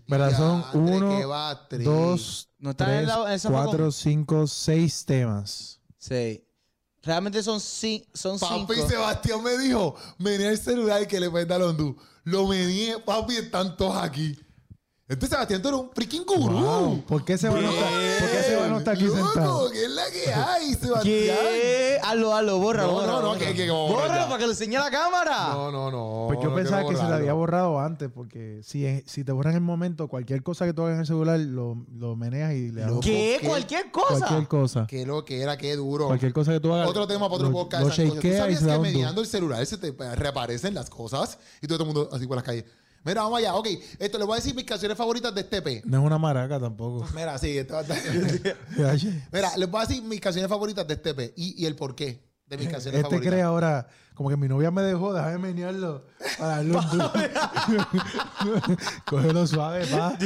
Speaker 3: Mira, son
Speaker 1: Diantre, qué
Speaker 3: uno,
Speaker 1: batre.
Speaker 3: dos,
Speaker 2: ¿No están en
Speaker 3: tres,
Speaker 2: la- en esa
Speaker 3: cuatro,
Speaker 2: facón?
Speaker 3: cinco, seis temas.
Speaker 2: Sí. Realmente son, ci- son cinco.
Speaker 1: Papi Sebastián me dijo, mené el celular que le prenda al Hondú. Lo mené, papi, están todos aquí. Entonces, Sebastián, tú eres un freaking gurú. Este
Speaker 3: Wow. ¿Por qué se van a estar, ¿por qué se van a estar aquí
Speaker 1: Loco,
Speaker 3: sentados?
Speaker 1: ¿qué es la que hay, Sebastián?
Speaker 2: ¿Qué? Hazlo, hazlo, borra,
Speaker 1: No,
Speaker 2: borra.
Speaker 1: no, no,
Speaker 2: borra.
Speaker 1: que- que- que borra
Speaker 2: Bórralo
Speaker 1: ya.
Speaker 2: para que lo enseñe a la cámara.
Speaker 1: No, no, no.
Speaker 3: Pues yo
Speaker 1: no
Speaker 3: pensaba
Speaker 1: quiero
Speaker 3: que se le había
Speaker 1: borrarlo.
Speaker 3: borrado antes, porque si, es- si te borran el momento, cualquier cosa que tú hagas en el celular, lo, lo meneas y le das
Speaker 1: Loco,
Speaker 2: ¿Qué?
Speaker 1: ¿qué?
Speaker 2: ¿Cualquier cosa?
Speaker 3: cualquier cosa.
Speaker 1: Qué lo que era, qué duro.
Speaker 3: Cualquier cosa que tú hagas.
Speaker 1: Otro tema para otro
Speaker 3: lo-
Speaker 1: podcast.
Speaker 3: Lo
Speaker 1: esas cosas. ¿Tú
Speaker 3: shakea y
Speaker 1: sabías
Speaker 3: se da
Speaker 1: que
Speaker 3: un do.
Speaker 1: mediando el celular se te eh, reaparecen las cosas? Y todo el mundo así por las calles. Mira, vamos allá. Ok, esto les voy a decir mis canciones favoritas de este EP.
Speaker 3: No es una maraca tampoco.
Speaker 1: Mira, sí, esto va a estar- Mira, les voy a decir mis canciones favoritas de este EP y, y el porqué de mis canciones
Speaker 3: Este
Speaker 1: favoritas.
Speaker 3: cree ahora, como que mi novia me dejó, déjame menearlo para darle un duro. Cógelo suave, pa.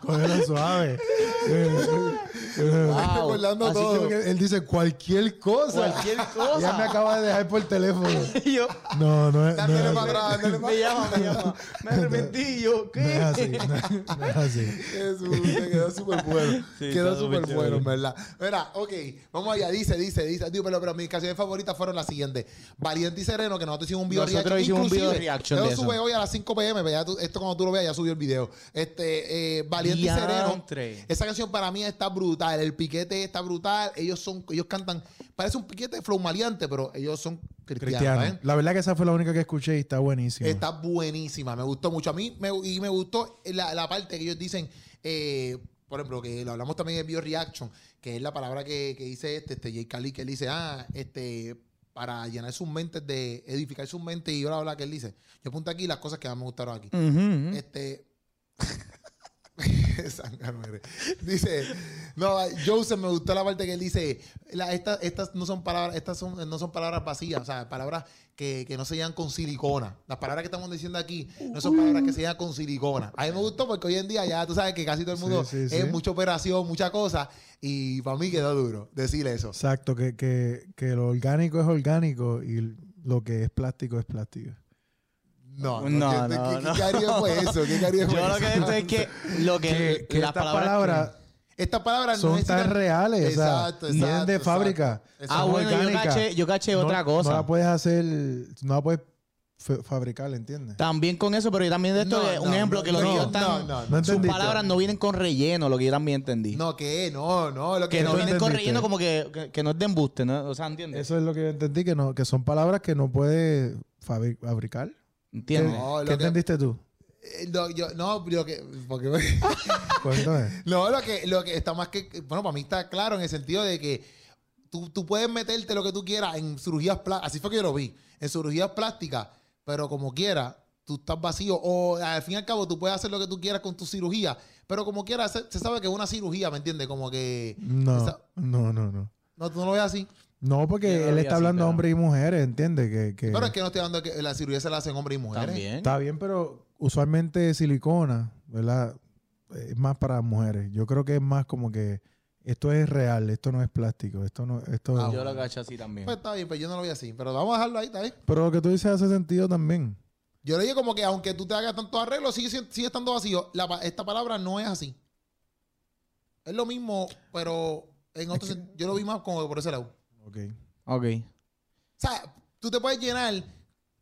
Speaker 3: Cógelo suave.
Speaker 1: Me estoy
Speaker 2: Wow.
Speaker 1: recordando
Speaker 2: Así
Speaker 1: todo.
Speaker 3: Porque él dice cualquier cosa.
Speaker 2: Cualquier
Speaker 3: Ya me
Speaker 2: cosa.
Speaker 3: acaba de dejar por teléfono.
Speaker 2: Y yo,
Speaker 3: No, no es, no
Speaker 1: Dándole
Speaker 3: es
Speaker 1: para
Speaker 3: así.
Speaker 1: atrás, dándole para
Speaker 2: me llama, me llama. Me arrepentí. y yo,
Speaker 3: No es
Speaker 2: ¿qué?
Speaker 3: así. No, no es así.
Speaker 1: Jesús, te quedó súper bueno.
Speaker 2: Sí,
Speaker 1: quedó
Speaker 2: está súper
Speaker 1: súper bueno,
Speaker 2: chévere.
Speaker 1: en verdad. Mira, ok, vamos allá. Dice, dice, dice. Digo, pero, pero mis canciones favoritas fueron las siguientes: Valiente y Sereno, que nosotros hicimos un video
Speaker 2: Nosotros
Speaker 1: reaction.
Speaker 2: hicimos un video
Speaker 1: Inclusive,
Speaker 2: reaction
Speaker 1: yo
Speaker 2: de
Speaker 1: lo
Speaker 2: eso.
Speaker 1: sube hoy a las 5 pm. pero ya tú- esto cuando tú lo veas, ya subió el video. Este, eh, Valiente y Sereno.
Speaker 2: Diantre.
Speaker 1: Esa canción para mí está brutal. El piquete está brutal. Ellos son, ellos cantan. Parece un piquete flow maleante, pero ellos son cristianos. ¿eh?
Speaker 3: Cristiano.
Speaker 1: ¿saben?
Speaker 3: La verdad que esa fue la única que escuché y está buenísima.
Speaker 1: Está buenísima, me gustó mucho. A mí me, y me gustó la, la parte que ellos dicen, eh, por ejemplo, que lo hablamos también en Bio Reaction, que es la palabra que, que dice este, este J. Cali, que él dice, ah, este, para llenar sus mentes, de edificar sus mentes y bla, bla, que él dice. Yo apunto aquí las cosas que más me gustaron aquí.
Speaker 2: Ujú.
Speaker 1: Este. Zángano eres. dice, no, Joseph me gustó la parte que él dice, la- esta- estas no son palabras, estas son, no son palabras vacías, o sea, palabras que, que no se llevan con silicona. Las palabras que estamos diciendo aquí no son palabras que se llevan con silicona. A mí me gustó porque hoy en día ya tú sabes que casi todo el
Speaker 3: Sí,
Speaker 1: mundo
Speaker 3: sí,
Speaker 1: es
Speaker 3: sí.
Speaker 1: mucha operación, mucha cosa, y para mí quedó duro decir eso.
Speaker 3: Exacto, que, que, que lo orgánico es orgánico y lo que es plástico es plástico.
Speaker 1: No, no,
Speaker 2: No,
Speaker 1: ¿qué-
Speaker 2: no,
Speaker 1: qué-
Speaker 2: no.
Speaker 1: ¿qué cariño fue eso? ¿Qué cariño fue
Speaker 2: Yo lo
Speaker 1: eso?
Speaker 2: que digo es que lo que,
Speaker 3: Que, que
Speaker 2: las
Speaker 3: estas
Speaker 2: palabras.
Speaker 3: palabras
Speaker 1: Estas palabras no
Speaker 3: son tan
Speaker 1: necesitan-
Speaker 3: reales, o sea,
Speaker 1: Exacto,
Speaker 3: vienen
Speaker 1: exacto,
Speaker 3: de
Speaker 1: exacto.
Speaker 3: fábrica.
Speaker 1: Exacto.
Speaker 2: Ah,
Speaker 3: son
Speaker 2: bueno, yo
Speaker 3: orgánicas.
Speaker 2: caché, yo caché
Speaker 3: No-
Speaker 2: otra
Speaker 3: No
Speaker 2: cosa.
Speaker 3: la puedes hacer, no la puedes fe- fabricar, ¿entiendes?
Speaker 2: también con eso, pero yo también de esto,
Speaker 1: No,
Speaker 2: que- un
Speaker 1: no,
Speaker 2: ejemplo,
Speaker 1: no,
Speaker 2: que lo
Speaker 1: no,
Speaker 2: que ellos
Speaker 1: no,
Speaker 2: están.
Speaker 1: no, no.
Speaker 3: No
Speaker 2: sus
Speaker 3: entendiste.
Speaker 2: palabras no vienen con relleno, lo que yo también entendí.
Speaker 1: No, que no, no, lo que,
Speaker 2: que no
Speaker 1: no,
Speaker 2: vienen con
Speaker 3: entendiste.
Speaker 2: relleno, como que, que, que no es de embuste, ¿no? O sea, ¿entiendes?
Speaker 3: Eso es lo que yo entendí, que, no, que son palabras que no puedes fabri- fabricar. ¿Qué,
Speaker 2: ¿Entiendes?
Speaker 1: No, lo
Speaker 3: qué
Speaker 1: que-
Speaker 3: entendiste tú?
Speaker 1: Eh, no, yo, no, lo que, porque,
Speaker 3: Cuéntame.
Speaker 1: no, lo que, lo que está más que, bueno, para mí está claro en el sentido de que tú, tú puedes meterte lo que tú quieras en cirugías plásticas, así fue que yo lo vi, en cirugías plásticas, pero como quiera, tú estás vacío. O al fin y al cabo, tú puedes hacer lo que tú quieras con tu cirugía, pero como quieras, se, se sabe que es una cirugía, ¿me entiendes? Como que.
Speaker 3: No,
Speaker 1: Esa-
Speaker 3: no, no, no.
Speaker 1: No, tú no lo ves así.
Speaker 3: No,
Speaker 2: Yo lo
Speaker 3: porque él
Speaker 2: vi
Speaker 3: está
Speaker 2: así,
Speaker 3: hablando a
Speaker 2: pero-
Speaker 3: hombres y mujeres, ¿entiendes? Que, que-
Speaker 1: Pero es que no estoy hablando de que la cirugía se la hacen hombres y mujeres.
Speaker 2: También. Ah,
Speaker 3: Está bien, pero usualmente silicona, ¿verdad? Es más para mujeres. Yo creo que es más como que esto es real, esto no es plástico, esto no, esto
Speaker 1: Ah,
Speaker 2: Yo lo cacho así también.
Speaker 1: Pues está bien, pues yo no lo vi así. Pero vamos a dejarlo ahí, está bien.
Speaker 3: Pero lo que tú dices hace sentido también.
Speaker 1: Yo le dije como que aunque tú te hagas tantos arreglos, sigue, siendo- sigue estando vacío. La pa- esta palabra no es así. Es lo mismo, pero en otro sen- yo lo vi más como por ese lado. O
Speaker 3: Ok.
Speaker 2: Ok.
Speaker 1: sea, tú te puedes llenar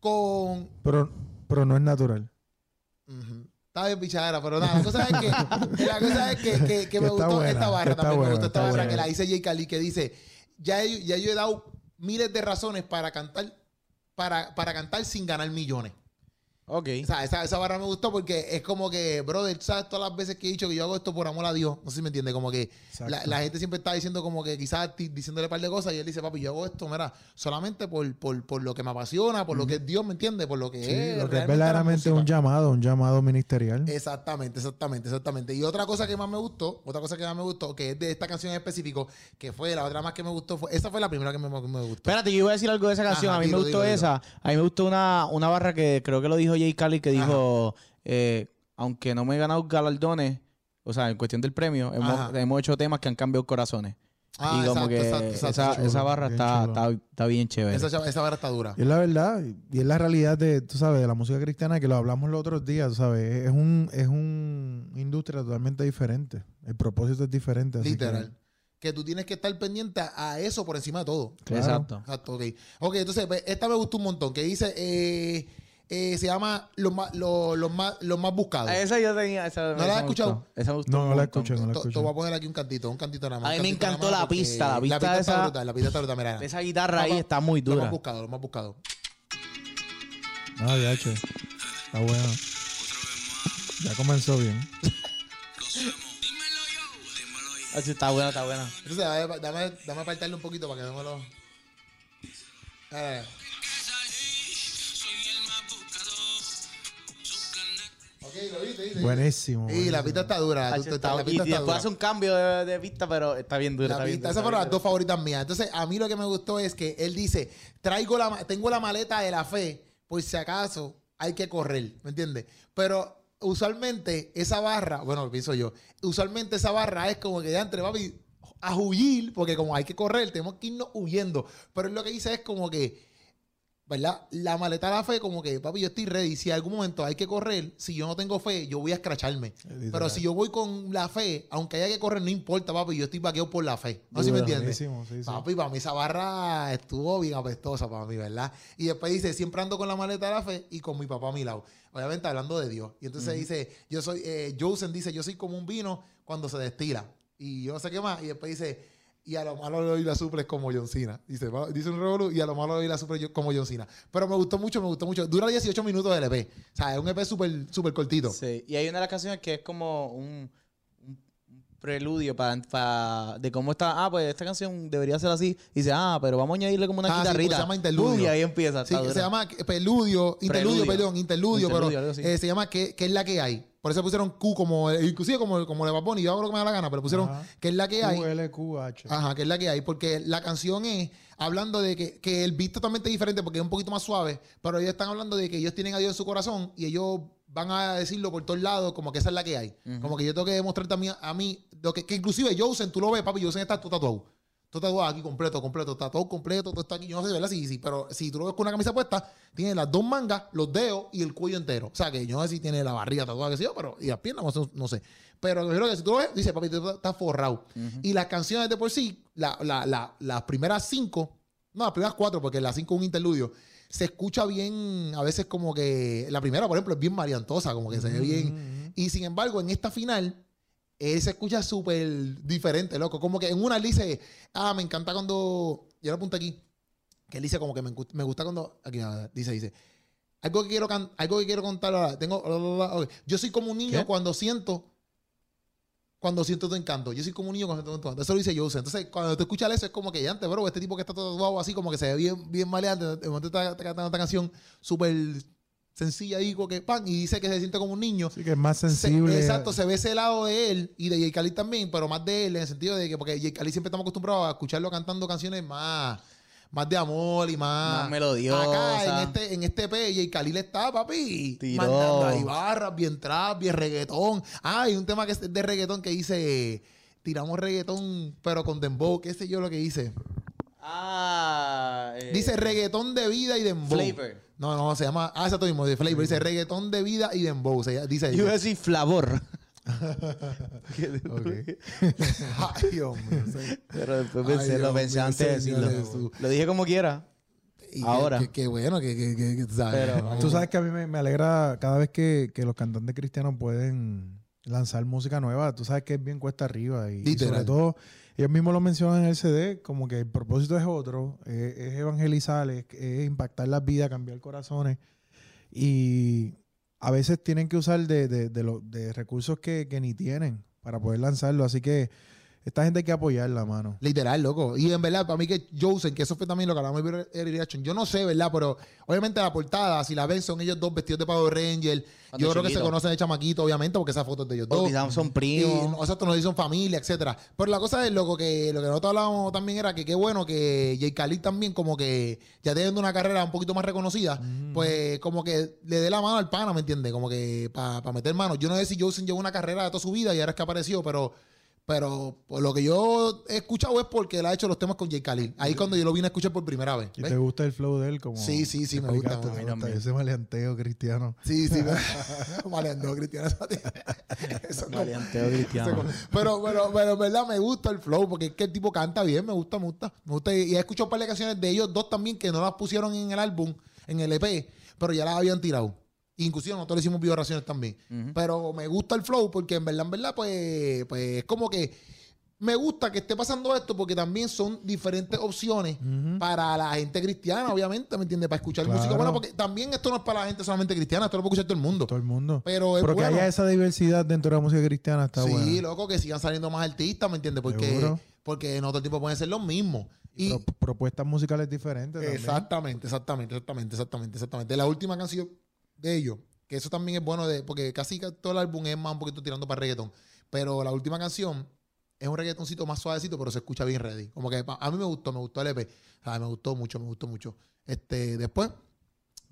Speaker 1: con...
Speaker 3: Pero, pero no es natural.
Speaker 1: Ujú. Está bien pichadera, pero nada, la cosa es que, la cosa es que, que- que
Speaker 3: Que
Speaker 1: me
Speaker 3: está
Speaker 1: gustó
Speaker 3: buena,
Speaker 1: esta barra,
Speaker 3: está
Speaker 1: también
Speaker 3: buena,
Speaker 1: me gustó esta
Speaker 3: está
Speaker 1: barra
Speaker 3: buena.
Speaker 1: que la dice J. Cali que dice, ya, yo- ya yo he dado miles de razones para cantar, para, para cantar sin ganar millones.
Speaker 2: Ok.
Speaker 1: O sea, esa, esa barra me gustó porque es como que, brother, ¿sabes todas las veces que he dicho que yo hago esto por amor a Dios? No sé si me entiende, como que la,
Speaker 3: Exacto.
Speaker 1: la gente siempre está diciendo como que quizás ti- diciéndole un par de cosas y él dice, papi, yo hago esto, mira, solamente por, por, por lo que me apasiona, por lo que es Dios, ¿me entiende? Por lo que
Speaker 3: Sí,
Speaker 1: es.
Speaker 3: lo que
Speaker 1: realmente
Speaker 3: es
Speaker 1: la música".
Speaker 3: verdaderamente
Speaker 1: Eh,
Speaker 3: un llamado, un llamado ministerial.
Speaker 1: Exactamente, exactamente, exactamente. Y otra cosa que más me gustó, otra cosa que más me gustó, que es de esta canción en específico, que fue la otra más que me gustó, fue, esa fue la primera que me, me gustó.
Speaker 2: Espérate, yo iba a decir algo de esa canción.
Speaker 1: Ajá,
Speaker 2: a mí
Speaker 1: dilo,
Speaker 2: me gustó
Speaker 1: dilo, dilo.
Speaker 2: esa. A mí me gustó una, una barra que creo que lo dijo Jay Cali, que dijo, eh, aunque no me he ganado galardones, o sea, en cuestión del premio, hemos,
Speaker 1: Ajá.
Speaker 2: hemos hecho temas que han cambiado corazones.
Speaker 1: Ah,
Speaker 2: y como
Speaker 1: exacto,
Speaker 2: que
Speaker 1: exacto, exacto,
Speaker 2: esa,
Speaker 1: chulo,
Speaker 2: esa barra
Speaker 3: bien
Speaker 2: está,
Speaker 3: chulo.
Speaker 2: está, está bien chévere.
Speaker 1: Esa, chava- esa barra está dura.
Speaker 3: Y es la verdad, y es la realidad de, tú sabes, de la música cristiana que lo hablamos los otros días, tú sabes, es un es un industria totalmente diferente. El propósito es diferente. así que-
Speaker 1: Literal. Que tú tienes que estar pendiente a, a eso por encima de todo.
Speaker 3: claro.
Speaker 2: Exacto.
Speaker 1: Exacto, ok. Ok, entonces, pues, esta me gustó un montón. Que dice, eh, eh, se llama Los más, los, los más, los más buscados.
Speaker 2: A Ah, esa yo tenía. Esa,
Speaker 1: ¿No la
Speaker 2: esa
Speaker 1: has
Speaker 2: me gustó.
Speaker 1: escuchado?
Speaker 2: Esa me gustó
Speaker 3: No,
Speaker 2: un
Speaker 3: no la
Speaker 2: montón.
Speaker 3: escuché, no la
Speaker 1: Te- te
Speaker 3: escuché.
Speaker 1: voy a poner aquí un cantito, un cantito nada más.
Speaker 2: A
Speaker 1: un
Speaker 2: mí me
Speaker 1: cantito nada
Speaker 2: encantó
Speaker 1: más
Speaker 2: la
Speaker 1: porque
Speaker 2: pista, la pista
Speaker 1: está
Speaker 2: esa-
Speaker 1: brutal, la pista está brutal, mira.
Speaker 2: Esa guitarra ahí
Speaker 1: Vamos,
Speaker 2: está muy
Speaker 1: Lo
Speaker 2: dura.
Speaker 1: más buscado, lo más buscado.
Speaker 3: Ah, ya, che. Está bueno. Ya comenzó bien.
Speaker 2: Ah, sí, Está buena, está buena.
Speaker 1: Entonces, a ver, dame, dame apartarle un poquito para que no me lo... Eh, ok, lo viste, dice.
Speaker 3: Buenísimo.
Speaker 1: Y la
Speaker 3: buenísimo.
Speaker 1: pista está dura.
Speaker 2: Ah,
Speaker 1: tú-
Speaker 2: sí,
Speaker 1: tú-
Speaker 2: está-
Speaker 1: la
Speaker 2: y
Speaker 1: pista está
Speaker 2: después
Speaker 1: dura.
Speaker 2: hace un cambio de, de pista, pero está bien dura.
Speaker 1: La
Speaker 2: está bien
Speaker 1: pista.
Speaker 2: dura,
Speaker 1: Esas
Speaker 2: está
Speaker 1: fueron
Speaker 2: bien
Speaker 1: las
Speaker 2: dura.
Speaker 1: dos favoritas mías. Entonces, a mí lo que me gustó es que él dice, traigo la, ma- tengo la maleta de la fe, por si acaso hay que correr, ¿me entiendes? Pero usualmente esa barra, bueno, pienso yo, usualmente esa barra es como que ya entre, papi, a huir, porque como hay que correr, tenemos que irnos huyendo. Pero él lo que dice es como que, ¿verdad? La maleta de la fe, como que, papi, yo estoy ready. Si en algún momento hay que correr, si yo no tengo fe, yo voy a escracharme.
Speaker 3: Literal.
Speaker 1: Pero si yo voy con la fe, aunque haya que correr, no importa, papi, yo estoy vaqueado por la fe. ¿No sé si me
Speaker 3: Dura,
Speaker 1: entiendes?
Speaker 3: buenísimo, sí, sí.
Speaker 1: Papi, para mí esa barra estuvo bien apestosa para mí, ¿verdad? Y después dice, siempre ando con la maleta de la fe y con mi papá a mi lado. Obviamente hablando de Dios. Y entonces dice, yo soy, eh, Joseph dice, yo soy como un vino cuando se destila. Y yo no sé qué más. Y después dice, y a lo malo de hoy la suples como John Cena. Dice, va- dice un revolú, y a lo malo de hoy la suples yo- como John Cena. Pero me gustó mucho, me gustó mucho. Dura 18 minutos el EP. O sea, es un EP súper, súper cortito.
Speaker 2: Sí, y hay una de las canciones que es como un, un preludio para, de cómo está. Ah, pues esta canción debería ser así. Y dice, ah, pero vamos a añadirle como una
Speaker 1: Ah, sí,
Speaker 2: guitarrita.
Speaker 1: pues se llama interludio.
Speaker 2: Boom, y ahí empieza.
Speaker 1: Sí,
Speaker 2: está
Speaker 1: que se
Speaker 2: dura.
Speaker 1: llama Peludio, Interludio,
Speaker 2: Preludio.
Speaker 1: perdón, Interludio,
Speaker 2: Interludio, algo
Speaker 1: pero
Speaker 2: así.
Speaker 1: eh, se llama ¿Qué, qué es la que hay? Por eso pusieron Q como, inclusive como, como le va a poner, yo hago lo que me da la gana, pero pusieron
Speaker 2: Ah.
Speaker 3: Ajá.
Speaker 1: ¿Qué es la que hay?
Speaker 3: QLQH.
Speaker 1: Ajá, que es la que hay, porque la canción es hablando de que, que el beat totalmente diferente porque es un poquito más suave, pero ellos están hablando de que ellos tienen a Dios en su corazón y ellos van a decirlo por todos lados como que esa es la que hay.
Speaker 2: Ujú.
Speaker 1: Como que yo tengo que demostrarte a mí, a mí lo que, que inclusive Josen, tú lo ves, papi, Josen está todo tatuado. Todo tatuado aquí completo, completo, está todo completo, todo está aquí. Yo no sé, ¿verdad? Sí, sí, pero si tú lo ves con una camisa puesta, tiene las dos mangas, los dedos y el cuello entero. O sea, que yo no sé si tiene la barriga tatuada, que sé yo, pero y las piernas, no sé- no sé. Pero yo creo que si tú lo ves, dice, papi, tú estás forrado.
Speaker 2: Ujú.
Speaker 1: Y las canciones de por sí, la- la- la- las primeras cinco, no, las primeras cuatro, porque las cinco es un interludio, se escucha bien, a veces como que, la primera, por ejemplo, es bien mariantosa, como que se ve bien. Y sin embargo, en esta final, él se escucha súper diferente, loco. Como que en una él dice, ah, me encanta cuando, yo lo apunto aquí, que él dice como que me, encu- me gusta cuando, aquí, ah, dice, dice, algo que quiero, can- algo que quiero contar ahora, tengo, ok. yo soy como un niño
Speaker 2: ¿Qué?
Speaker 1: cuando siento cuando siento tu encanto. Yo soy como un niño cuando siento tu encanto. Eso lo dice Jose. Entonces, cuando tú escuchas eso, es como que ya antes, bro, este tipo que está todo tatuado así, como que se ve bien, bien maleante. De momento está está cantando esta canción súper sencilla ahí, como que pan, y dice que se siente como un niño.
Speaker 3: Así que es más
Speaker 1: Se-
Speaker 3: sensible.
Speaker 1: exacto, se ve ese lado de él y de J. Cali también, pero más de él en el sentido de que, porque J. Cali siempre estamos acostumbrados a escucharlo cantando canciones más, más de amor y más.
Speaker 2: Más melodiosa.
Speaker 1: Acá en este, en este P, J. Cali le está, papi.
Speaker 2: Tiró.
Speaker 1: Mandando ahí barras, bien trap, bien reggaetón. Ah, hay un tema que es de reggaetón que dice. Tiramos reggaetón, pero con dembow, qué sé yo lo que dice.
Speaker 2: Ah. eh,
Speaker 1: Dice reggaetón de vida y dembow.
Speaker 2: Flavor.
Speaker 1: No, no, se llama. Ah, exacto mismo, de flavor. Dice reggaetón de vida y dembow. se llama- dice.
Speaker 2: Yo iba a decir flavor.
Speaker 1: Ok. Ay, Dios mío. se-
Speaker 2: Pero después
Speaker 1: Ay,
Speaker 2: pensé,
Speaker 1: Dios
Speaker 2: lo pensé
Speaker 1: mío,
Speaker 2: antes de
Speaker 1: Señor
Speaker 2: decirlo.
Speaker 1: Jesús.
Speaker 2: Lo dije como quiera.
Speaker 1: Y que-
Speaker 2: Ahora.
Speaker 1: Que, que bueno, que, que, que, que tú sabes.
Speaker 2: Pero-
Speaker 1: Vamos.
Speaker 3: Tú sabes que a mí me, me alegra cada vez que, que los cantantes cristianos pueden lanzar música nueva. Tú sabes que es bien cuesta arriba. Y, y
Speaker 1: Literal.
Speaker 3: sobre todo, ellos mismos lo mencionan en el CD, como que el propósito es otro, eh, es, evangelizar, es, es impactar las vidas, cambiar corazones. Y a veces tienen que usar de, de- de lo- de recursos que, que ni tienen para poder lanzarlo. Así que esta gente hay que apoyarla, mano.
Speaker 1: Literal, loco. Y en verdad, para mí que Joseph, que eso fue también lo que hablamos en Re- en Reaction. Yo no sé, ¿verdad? Pero obviamente la portada, si la ven, son ellos dos vestidos de Power Ranger.
Speaker 2: Cuando
Speaker 1: Yo creo que se
Speaker 2: chiquito.
Speaker 1: conocen de chamaquito, obviamente, porque esas fotos de ellos
Speaker 2: O
Speaker 1: dos.
Speaker 2: quizás son
Speaker 1: Y,
Speaker 2: primos.
Speaker 1: no, exacto, nos dicen familia, etcétera. Pero la cosa es, loco, que lo que nosotros hablábamos también era que qué bueno que J. Khalid también, como que ya teniendo una carrera un poquito más reconocida,
Speaker 3: Mm.
Speaker 1: pues como que le dé la mano al pana, ¿me entiendes? Como que para meter mano. Yo no sé si Joseph llevó una carrera de toda su vida y ahora es que apareció, pero. Pero por lo que yo he escuchado es porque él ha hecho los temas con J. Khalid. Ahí cuando yo lo vine a escuchar por primera vez.
Speaker 3: ¿Y
Speaker 1: ¿ves?
Speaker 3: te gusta el flow de él? Como
Speaker 1: Sí, sí, sí, me gusta,
Speaker 3: explicaste,
Speaker 1: a mí
Speaker 3: me gusta.
Speaker 2: también.
Speaker 3: Ese maleanteo cristiano.
Speaker 1: Sí, sí. Maleando, Cristiano. eso tiene- Eso no-
Speaker 2: Maleanteo oh, cristiano.
Speaker 1: Pero, pero, pero, en verdad me gusta el flow, porque es que el tipo canta bien, me gusta, me gusta. Me gusta. Y he escuchado un par de canciones de ellos dos también que no las pusieron en el álbum, en el EP, pero ya las habían tirado. Inclusive nosotros le hicimos vibraciones también.
Speaker 2: Ujú.
Speaker 1: Pero me gusta el flow, porque en verdad, en verdad, pues, pues es como que me gusta que esté pasando esto, porque también son diferentes opciones
Speaker 3: Ujú.
Speaker 1: para la gente cristiana, obviamente, ¿me entiendes? Para escuchar
Speaker 3: Claro.
Speaker 1: música buena, porque también esto no es para la gente solamente cristiana, esto lo puede escuchar todo el mundo.
Speaker 3: Todo el mundo.
Speaker 1: Pero es
Speaker 3: Pero que
Speaker 1: Pues bueno.
Speaker 3: haya esa diversidad dentro de la música cristiana está
Speaker 1: sí,
Speaker 3: bueno.
Speaker 1: loco, que sigan saliendo más artistas, ¿me entiendes? Porque,
Speaker 3: Seguro.
Speaker 1: porque no todo el tiempo pueden ser los mismos. Y,
Speaker 3: Pro- propuestas musicales diferentes. también.
Speaker 1: exactamente, exactamente, exactamente, exactamente, exactamente. La última canción de ellos, que eso también es bueno, de, porque casi que todo el álbum es más un poquito tirando para reggaetón. Pero la última canción es un reggaetoncito más suavecito, pero se escucha bien ready. Como que pa- a mí me gustó, me gustó el EP. Ah, me gustó mucho, me gustó mucho. Este, después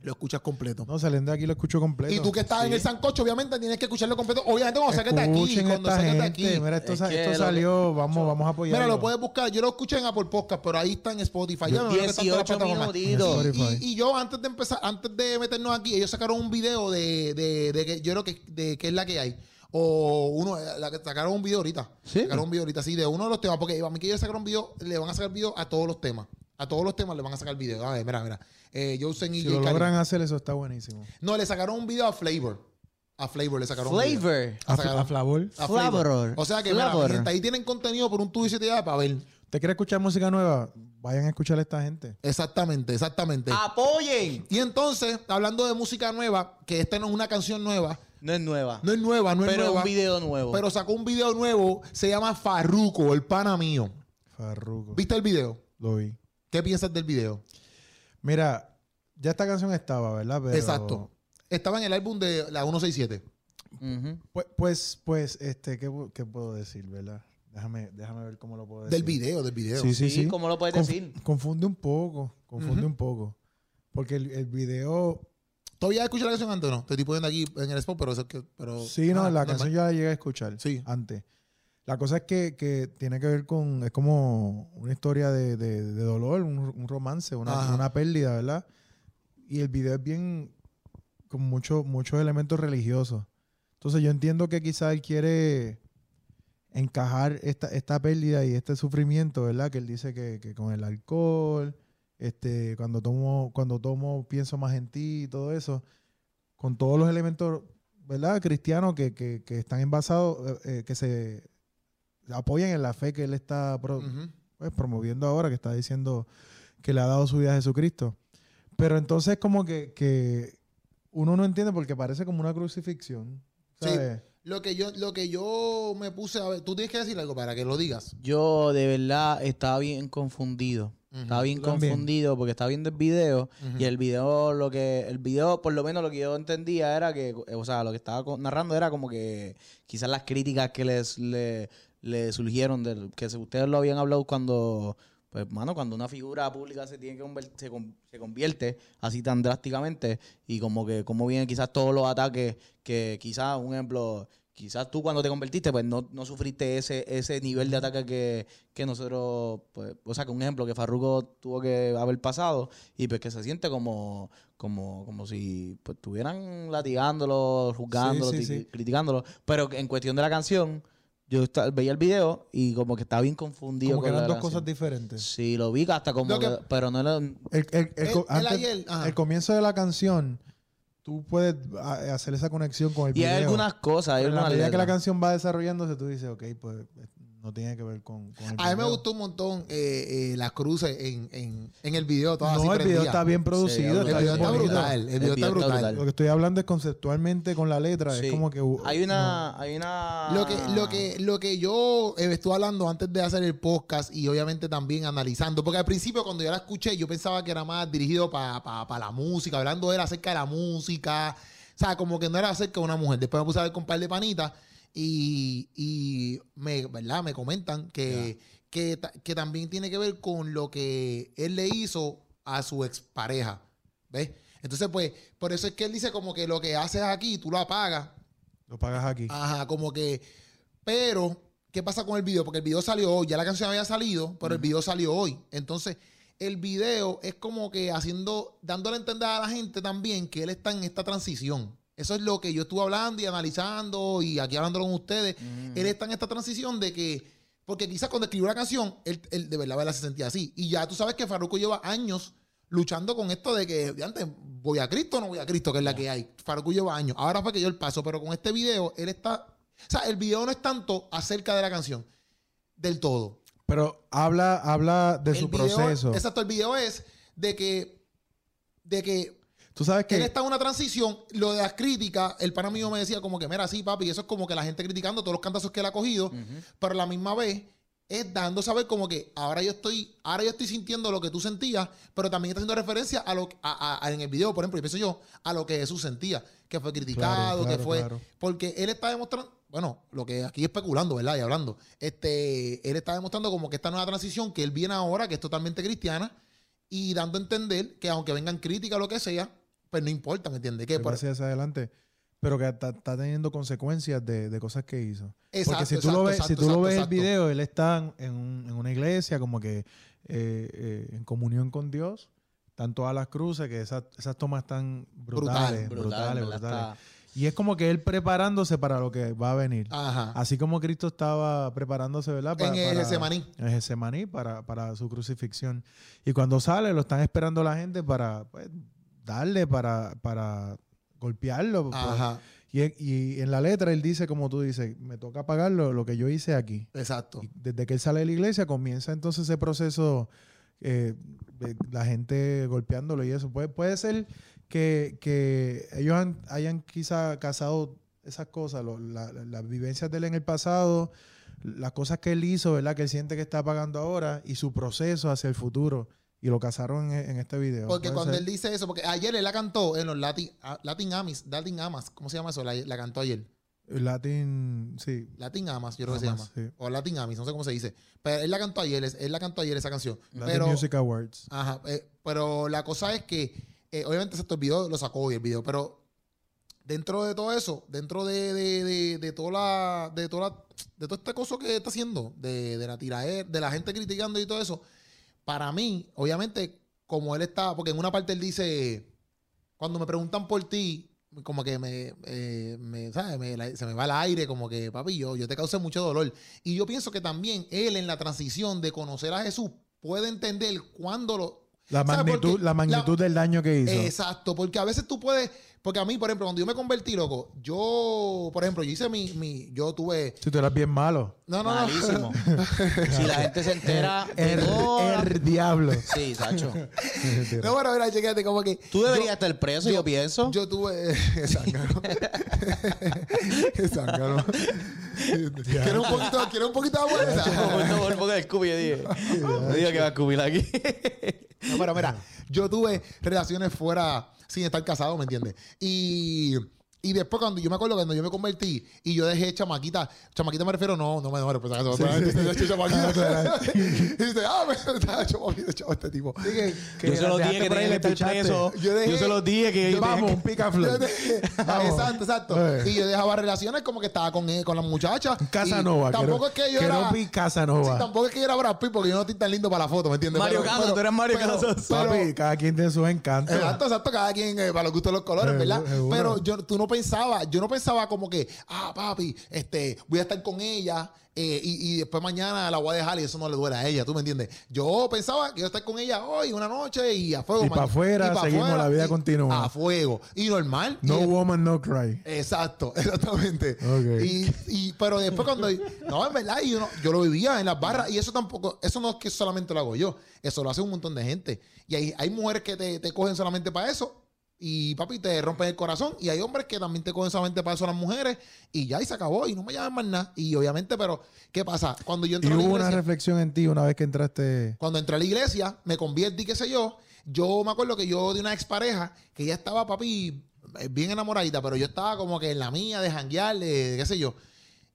Speaker 1: lo escuchas completo.
Speaker 3: No, salen de aquí lo escucho completo.
Speaker 1: y tú que estás en
Speaker 2: sí.
Speaker 1: el sancocho, obviamente tienes que escucharlo completo. Obviamente, cuando saques de aquí,
Speaker 3: Escuchen
Speaker 1: cuando
Speaker 3: esta
Speaker 1: saques de
Speaker 3: gente.
Speaker 1: aquí.
Speaker 3: Mira, esto,
Speaker 2: Es
Speaker 3: sa-
Speaker 2: que
Speaker 3: esto
Speaker 2: lo que-
Speaker 3: salió. Vamos, vamos a apoyarlo.
Speaker 1: Mira, lo puedes buscar. Yo lo escuché en Apple Podcast, pero ahí está en Spotify. Ya me imagino que está en todas las
Speaker 2: 18
Speaker 1: plataformas.
Speaker 2: minutitos.
Speaker 1: Y,
Speaker 3: Spotify.
Speaker 1: y- y yo antes de empezar, antes de meternos aquí, ellos sacaron un video de, de, de que yo creo que de que es la que hay. O uno, la que sacaron un video ahorita.
Speaker 2: Sí.
Speaker 1: Sacaron un video ahorita, sí, de uno de los temas. Porque a mí que ellos sacaron un video, le van a sacar video a todos los temas. A todos los temas le van a sacar video. A ver, mira, mira. Eh, Joseph y
Speaker 3: Si
Speaker 1: J.
Speaker 3: lo
Speaker 1: Karim.
Speaker 3: logran hacer, eso está buenísimo.
Speaker 1: No, le sacaron un video a Flavor. A Flavor le sacaron un video.
Speaker 2: Flavor.
Speaker 1: A sacar-
Speaker 3: Flavor.
Speaker 1: A Flavor.
Speaker 2: Flavor.
Speaker 1: O sea que, mira,
Speaker 2: Flavor.
Speaker 1: mi gente, ahí tienen contenido por un tubo y siete llaves para ver.
Speaker 3: ¿Te quieres escuchar música nueva? Vayan a escuchar a esta gente.
Speaker 1: Exactamente, exactamente.
Speaker 2: Ah. ¡Apoyen!
Speaker 1: Y entonces, hablando de música nueva, que esta no es una canción nueva,
Speaker 2: No es nueva.
Speaker 1: no es nueva, no es
Speaker 2: pero
Speaker 1: nueva,
Speaker 2: un video nuevo.
Speaker 1: pero sacó un video nuevo, se llama Farruco, el pana mío.
Speaker 3: Farruko.
Speaker 1: ¿Viste el video?
Speaker 3: Lo vi.
Speaker 1: ¿Qué piensas del video?
Speaker 3: Mira, ya esta canción estaba, ¿verdad? Pero-
Speaker 1: Exacto. Estaba en el álbum de la 167.
Speaker 2: Ujú.
Speaker 3: Pues, pues, pues, este, ¿qué, pu- qué puedo decir, verdad? Déjame, déjame ver cómo lo puedo decir.
Speaker 1: Del video, del video.
Speaker 3: Sí, sí, sí.
Speaker 2: ¿Cómo lo puedes
Speaker 3: Conf-
Speaker 2: decir?
Speaker 3: Confunde un poco, confunde
Speaker 1: Ujú.
Speaker 3: un poco. Porque el, el video,
Speaker 1: ¿Todavía escuchas la canción antes o no? Te estoy poniendo aquí en el spot, pero eso es que. Pero,
Speaker 3: sí, no,
Speaker 1: Ah,
Speaker 3: la
Speaker 1: normal.
Speaker 3: canción ya la llegué a escuchar
Speaker 1: Sí.
Speaker 3: antes. La cosa es que, que tiene que ver con, es como una historia de, de- de dolor, un, un romance,
Speaker 1: Ajá.
Speaker 3: una, una pérdida, ¿verdad? Y el video es bien, con mucho- muchos elementos religiosos. Entonces yo entiendo que quizás él quiere encajar esta, esta pérdida y este sufrimiento, ¿verdad? Que él dice que, que con el alcohol, este, cuando tomo, cuando tomo pienso más en ti y todo eso, con todos los elementos, ¿verdad? Cristianos que, que, que están envasados, eh, eh, que se apoyan en la fe que él está pro-
Speaker 1: Ujú.
Speaker 3: pues, promoviendo ahora, que está diciendo que le ha dado su vida a Jesucristo. Pero entonces como que, que uno no entiende porque parece como una crucifixión.
Speaker 1: Sí.
Speaker 3: ¿sabes?
Speaker 1: Lo que yo, lo que yo me puse a ver. Tú tienes que decir algo para que lo digas.
Speaker 2: Yo de verdad estaba bien confundido. Estaba bien
Speaker 3: Yo también.
Speaker 2: confundido porque estaba viendo el video
Speaker 1: Ujú.
Speaker 2: y el video lo que el video por lo menos lo que yo entendía era que eh, o sea, lo que estaba co- narrando era como que quizás las críticas que les le, le surgieron del que se- ustedes lo habían hablado cuando pues mano, cuando una figura pública se tiene que conver- se, con- se convierte así tan drásticamente y como que como vienen quizás todos los ataques que quizás un ejemplo Quizás tú cuando te convertiste, pues no, no sufriste ese, ese nivel de ataque que, que nosotros, pues, o sea, que un ejemplo que Farruko tuvo que haber pasado y pues que se siente como, como, como si pues, estuvieran latigándolo, juzgándolo,
Speaker 3: Sí, sí,
Speaker 2: ti-
Speaker 3: sí.
Speaker 2: criticándolo. Pero en cuestión de la canción, yo esta- veía el video y como que estaba bien confundido.
Speaker 3: Como que
Speaker 2: con la
Speaker 3: eran dos cosas
Speaker 2: canción.
Speaker 3: diferentes.
Speaker 2: Sí, lo vi hasta como
Speaker 1: Lo que-
Speaker 2: que- pero no era...
Speaker 3: El, el- el
Speaker 1: El-
Speaker 3: co-
Speaker 1: el
Speaker 3: antes-
Speaker 1: ayer, ajá.
Speaker 3: el comienzo de la canción, tú puedes ah, hacer esa conexión con el
Speaker 2: Y
Speaker 3: video.
Speaker 2: hay algunas cosas, hay
Speaker 3: Pero en la
Speaker 2: algunas
Speaker 3: medida que la
Speaker 2: letras.
Speaker 3: canción va desarrollándose, tú dices, ok, pues eh, no tiene que ver con, con el
Speaker 1: A mí me
Speaker 3: video.
Speaker 1: gustó un montón eh, eh, las cruces en, en, en el video. Todas así
Speaker 3: No, el video
Speaker 1: prendidas.
Speaker 3: está bien producido.
Speaker 2: brutal.
Speaker 1: El
Speaker 3: está
Speaker 1: video
Speaker 3: bien
Speaker 1: está
Speaker 3: bonito.
Speaker 1: brutal. El video está brutal.
Speaker 3: Lo que estoy hablando es conceptualmente con la letra.
Speaker 2: Sí.
Speaker 3: Es como que. uh,
Speaker 2: Hay una... Hay una...
Speaker 1: Lo que,
Speaker 2: Ah.
Speaker 1: lo, que, lo que yo eh, estuve hablando antes de hacer el podcast y obviamente también analizando, porque al principio cuando yo la escuché yo pensaba que era más dirigido para la música, hablando era acerca de la música, o sea, como que no era acerca de una mujer. Después me puse a ver con un par de panitas y, y me, ¿verdad? me comentan que, que, ta- que también tiene que ver con lo que él le hizo a su expareja, ¿ves? Entonces, pues, por eso es que él dice como que lo que haces aquí, tú lo apagas
Speaker 3: Lo pagas aquí.
Speaker 1: Ajá, como que. Pero, ¿qué pasa con el video? Porque el video salió hoy, ya la canción había salido, pero el video salió hoy. Entonces, el video es como que haciendo, dándole a entender a la gente también que él está en esta transición. Eso es lo que yo estuve hablando y analizando y aquí hablando con ustedes.
Speaker 2: Ujú.
Speaker 1: Él está en esta transición de que. Porque quizás cuando escribió la canción, él, él de verdad, verdad se sentía así. Y ya tú sabes que Farruko lleva años luchando con esto de que de antes voy a Cristo o no voy a Cristo, que es la que hay. Farruko lleva años. Ahora fue que yo el paso, pero con este video, él está. O sea, el video no es tanto acerca de la canción, del todo.
Speaker 3: Pero habla, habla de su
Speaker 1: El video-
Speaker 3: proceso.
Speaker 1: Exacto, el video es de que. De que
Speaker 3: Tú sabes que.
Speaker 1: él está en una transición. Lo de las críticas, el pana mío me decía como que, mira, sí, papi, eso es como que la gente criticando todos los cantazos que él ha cogido,
Speaker 2: Ujú.
Speaker 1: pero a la misma vez es dando a saber como que ahora yo estoy, ahora yo estoy sintiendo lo que tú sentías, pero también está haciendo referencia a lo a- a- a- en el video, por ejemplo, yo pienso yo, a lo que Jesús sentía, que fue criticado,
Speaker 3: Claro,
Speaker 1: que
Speaker 3: claro,
Speaker 1: fue.
Speaker 3: claro.
Speaker 1: Porque él está demostrando, bueno, lo que aquí especulando, ¿verdad? Y hablando. Este, él está demostrando como que esta nueva transición que él viene ahora, que es totalmente cristiana, y dando a entender que aunque vengan críticas o lo que sea, pues no importa, ¿me entiendes? Que
Speaker 3: que
Speaker 1: por-
Speaker 3: pase hacia adelante. Pero que está, está teniendo consecuencias de, de cosas que hizo. Porque si tú
Speaker 1: exacto,
Speaker 3: lo ves, si
Speaker 1: exacto,
Speaker 3: tú lo
Speaker 1: exacto,
Speaker 3: ves el
Speaker 1: exacto.
Speaker 3: video, él está en- en, un- en una iglesia como que eh, eh, en comunión con Dios. Están todas las cruces, que esas, esas tomas están brutales, brutales,
Speaker 2: Brutal,
Speaker 3: Eh, brutales.
Speaker 2: ¿verdad? Está-
Speaker 3: Y es como que él preparándose para lo que va a venir.
Speaker 1: Ajá.
Speaker 3: Así como Cristo estaba preparándose, ¿verdad? ah, Para,
Speaker 1: Ah. en el
Speaker 3: para-
Speaker 1: Getsemaní.
Speaker 3: en Getsemaní para, para su crucifixión. Y cuando sale, lo están esperando la gente para pues, darle, para, para golpearlo. pues.
Speaker 1: Ajá.
Speaker 3: Y, y en la letra él dice, como tú dices, me toca pagarlo lo que yo hice aquí.
Speaker 1: Exacto.
Speaker 3: Y desde que él sale de la iglesia comienza entonces ese proceso eh, de la gente golpeándolo y eso. Puede, puede ser que, que ellos han- hayan quizá casado esas cosas, lo- la- la- las vivencias de él en el pasado, las cosas que él hizo, ¿verdad? Que él siente que está pagando ahora y su proceso hacia el futuro. Y lo casaron en, en este video.
Speaker 1: Porque
Speaker 3: Puede
Speaker 1: cuando
Speaker 3: ser.
Speaker 1: él dice eso, porque ayer él la cantó en los Latin, ah, Latin Amis, Latin Amas, ¿cómo se llama eso? La, la cantó ayer.
Speaker 3: Latin, sí.
Speaker 1: Latin Amas, yo creo que
Speaker 3: Amas,
Speaker 1: se llama.
Speaker 3: sí.
Speaker 1: O Latin Amis, no sé cómo se dice. Pero él la cantó ayer, es- él la cantó ayer esa canción.
Speaker 3: Latin
Speaker 1: pero,
Speaker 3: Music Awards.
Speaker 1: ajá, eh, pero la cosa es que, eh, obviamente se te olvidó, lo sacó hoy el video, pero dentro de todo eso, dentro de, de, de, de toda la, de toda la- de todo este coso que está haciendo, de, de la tiraer, de la gente criticando y todo eso, para mí, obviamente, como él está, porque en una parte él dice, cuando me preguntan por ti, como que me, eh, me, ¿sabes? Me la- se me va el aire, como que, papi, yo, yo te causé mucho dolor. Y yo pienso que también él en la transición de conocer a Jesús puede entender cuándo lo...
Speaker 3: La
Speaker 1: ¿Sabes por
Speaker 3: magnitud,
Speaker 1: qué?
Speaker 3: la magnitud del daño que hizo.
Speaker 1: Exacto, porque a veces tú puedes, porque a mí, por ejemplo, cuando yo me convertí, loco, yo, por ejemplo, yo hice mi, mi yo tuve,
Speaker 3: Si tú eras bien malo.
Speaker 1: no, no, no,
Speaker 2: Malísimo. si la gente se entera de
Speaker 3: El,
Speaker 2: toda-
Speaker 3: el diablo.
Speaker 2: Sí, Sacho.
Speaker 1: no, bueno, mira, chequéate, como que
Speaker 2: Tú deberías estar preso, yo, pienso.
Speaker 1: yo tuve, zángano, zángano, ¿Quieres un poquito, quieres un poquito de agua de esa?
Speaker 2: Por favor, el Scooby, yo dije. No diga que va a Scooby aquí.
Speaker 1: No, pero mira, yo tuve relaciones fuera sin estar casado, ¿me entiendes? Y, y después cuando yo me acuerdo cuando yo me convertí y yo dejé chamaquita, chamaquita me refiero, no, no me demoro, pues acaso, otra vez, chamaquita. Y dice, ah, me está chamaquita, chavo, este tipo.
Speaker 2: Yo se los dije que tenía que estar preso.
Speaker 1: Yo dejé-
Speaker 2: Yo se los dije que...
Speaker 3: Vamos, un
Speaker 1: Yo
Speaker 3: picaflor.
Speaker 1: dejé-
Speaker 3: Vamos.
Speaker 1: exacto, exacto.
Speaker 3: Eh.
Speaker 1: Y yo dejaba relaciones como que estaba con, él- con la muchacha. y
Speaker 3: Casanova.
Speaker 1: Tampoco es
Speaker 3: quiero-
Speaker 1: que yo
Speaker 3: quiero
Speaker 1: era.
Speaker 3: mi Casanova.
Speaker 1: Sí, tampoco es que yo era Brad Pitt porque yo no estoy tan lindo para la foto, ¿me entiendes?
Speaker 2: Mario
Speaker 1: Pero-
Speaker 2: Casas,
Speaker 1: pero-
Speaker 2: tú eres Mario
Speaker 1: pero-
Speaker 2: Casas.
Speaker 1: pero-
Speaker 3: Papi, cada quien tiene sus encantos.
Speaker 1: Exacto, exacto, cada quien eh, para los gustos de los colores,
Speaker 3: Seguro,
Speaker 1: ¿verdad?
Speaker 3: seguro.
Speaker 1: Pero yo, tú no pensabas, yo no pensaba como que, ah, papi, este, voy a estar con ella eh, y, y después mañana la voy a dejar y eso no le duele a ella, ¿tú me entiendes? Yo pensaba que iba a estar con ella hoy, una noche y a fuego.
Speaker 3: Y pa'
Speaker 1: mañana-
Speaker 3: afuera,
Speaker 1: pa'
Speaker 3: seguimos, la vida
Speaker 1: y
Speaker 3: continúa.
Speaker 1: A fuego. Y normal.
Speaker 3: No
Speaker 1: y-
Speaker 3: woman, no cry.
Speaker 1: Exacto, exactamente.
Speaker 3: Ok.
Speaker 1: Y, y- pero después cuando no, en verdad, y uno- yo lo vivía en las barras y eso tampoco, eso no es que solamente lo hago yo, eso lo hace un montón de gente. Y hay, hay mujeres que te, te cogen solamente para eso y papi te rompen el corazón y hay hombres que también te cogen solamente para eso las mujeres y ya y se acabó y no me llaman más nada. Y obviamente, pero ¿qué pasa? Cuando yo
Speaker 3: Y
Speaker 1: entro a la
Speaker 3: hubo una
Speaker 1: iglesia-
Speaker 3: reflexión en ti una vez que entraste.
Speaker 1: cuando entré a la iglesia, me conviertí, qué sé yo. Yo me acuerdo que yo de una expareja que ya estaba, papi, eh, bien enamoradita, pero yo estaba como que en la mía de janguear, de qué sé yo.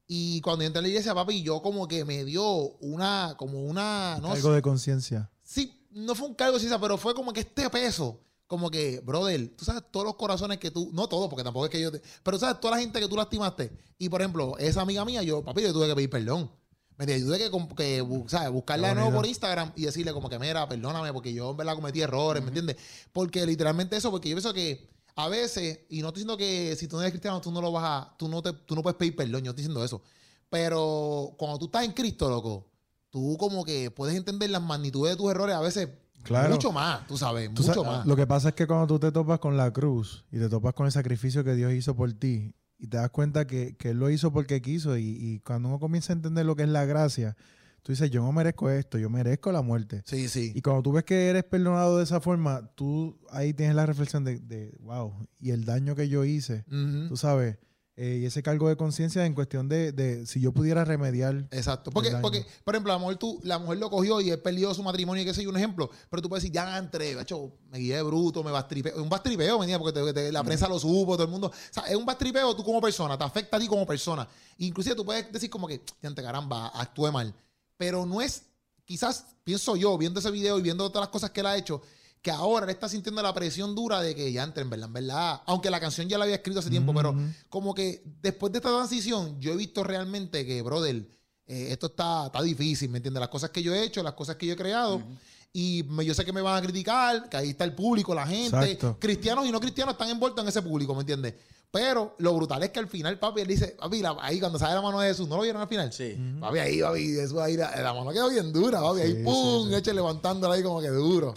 Speaker 1: Y cuando yo entré a la iglesia, papi, yo como que me dio una, como una, no
Speaker 3: Algo de conciencia.
Speaker 1: sí, no fue un cargo, Cisa, pero fue como que este peso. Como que, brother, tú sabes todos los corazones que tú, no todos, porque tampoco es que yo te, pero sabes toda la gente que tú lastimaste. Y por ejemplo, esa amiga mía, yo, papi, yo tuve que pedir perdón. Me entiendes? Yo tuve que, como que bu- ¿sabes? buscarla de nuevo
Speaker 3: bonito.
Speaker 1: por Instagram y decirle como que, mira, perdóname, porque yo en verdad cometí errores, ¿me entiendes? Porque literalmente eso, porque yo pienso que a veces, y no estoy diciendo que si tú no eres cristiano, tú no lo vas a, tú no, te, tú no puedes pedir perdón, yo no estoy diciendo eso. Pero cuando tú estás en Cristo, loco, tú como que puedes entender las magnitudes de tus errores a veces
Speaker 3: Claro.
Speaker 1: mucho más, tú sabes,
Speaker 3: Tú
Speaker 1: mucho
Speaker 3: sabes,
Speaker 1: más.
Speaker 3: Lo que pasa es que cuando tú te topas con la cruz y te topas con el sacrificio que Dios hizo por ti y te das cuenta que, que Él lo hizo porque quiso y, y cuando uno comienza a entender lo que es la gracia, tú dices, yo no merezco esto, yo merezco la muerte.
Speaker 1: Sí, sí.
Speaker 3: Y cuando tú ves que eres perdonado de esa forma, tú ahí tienes la reflexión de, de, wow, y el daño que yo hice,
Speaker 1: Ujú.
Speaker 3: tú sabes, eh, y ese cargo de conciencia en cuestión de, de si yo pudiera remediar.
Speaker 1: Exacto. Porque,
Speaker 3: El daño.
Speaker 1: porque, por ejemplo, a lo mejor tú, la mujer lo cogió y él perdió su matrimonio, y qué sé yo, un ejemplo. Pero tú puedes decir, ya entre, macho, me guié de bruto, me bastripeo. Un bastripeo, venía, porque te- te- la prensa lo supo, todo el mundo. O sea, es un bastripeo tú como persona, te afecta a ti como persona. Inclusive tú puedes decir como que, ante caramba, actué mal. Pero no es, quizás, pienso yo, viendo ese video y viendo todas las cosas que él ha hecho, que ahora él está sintiendo la presión dura de que ya entre, en verdad, en verdad. Aunque la canción ya la había escrito hace tiempo, pero
Speaker 3: Ujú.
Speaker 1: como que después de esta transición, yo he visto realmente que, brother, eh, esto está, está difícil, ¿me entiendes? Las cosas que yo he hecho, las cosas que yo he creado, y me- yo sé que me van a criticar, que ahí está el público, la gente,
Speaker 3: Exacto.
Speaker 1: cristianos y no cristianos están envueltos en ese público, ¿me entiendes? Pero lo brutal es que al final, papi, él dice, papi, la- ahí cuando sale la mano de Jesús, ¿no lo vieron al final?
Speaker 2: Sí.
Speaker 1: Papi, ahí, papi, eso ahí, la, la mano quedó bien dura, papi, ahí,
Speaker 3: Sí,
Speaker 1: pum,
Speaker 3: sí, sí.
Speaker 1: eche levantándola ahí como que duro.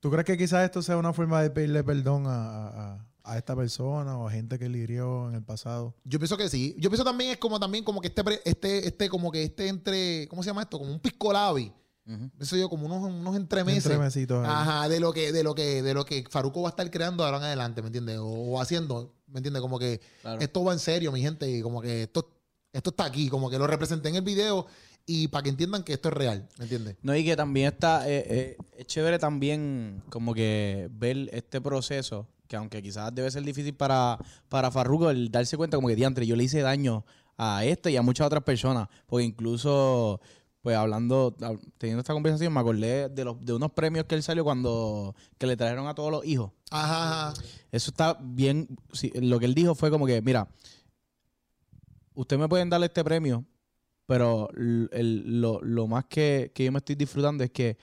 Speaker 3: ¿Tú crees que quizás esto sea una forma de pedirle perdón a, a- a esta persona o a gente que le hirió en el pasado?
Speaker 1: Yo pienso que sí. Yo pienso también es como también como que este, pre- este, este, como que este entre, ¿cómo se llama esto? Como un pisco labi.
Speaker 3: Mm.
Speaker 2: Ujú.
Speaker 1: Eso yo, como unos, unos entremeses.
Speaker 3: Entremesitos ahí.
Speaker 1: Ajá, de lo que, de lo que, de lo que Faruco va a estar creando ahora en adelante, ¿me entiendes? O, o haciendo, ¿me entiendes? Como que
Speaker 2: Claro.
Speaker 1: esto va en serio, mi gente, y como que esto, esto está aquí, como que lo representé en el video y para que entiendan que esto es real, ¿me entiendes?
Speaker 2: No, y que también está, eh, eh, es chévere también como que ver este proceso, que aunque quizás debe ser difícil para, para Farruko el darse cuenta como que diantre, yo le hice daño a este y a muchas otras personas, porque incluso, pues hablando, hab- teniendo esta conversación, me acordé de, los, de unos premios que él salió cuando, que le trajeron a todos los hijos.
Speaker 1: Ajá, ajá.
Speaker 2: Eso está bien. sí, lo que él dijo fue como que, mira, ustedes me pueden dar este premio, pero l- el- lo, lo más que, que yo me estoy disfrutando es que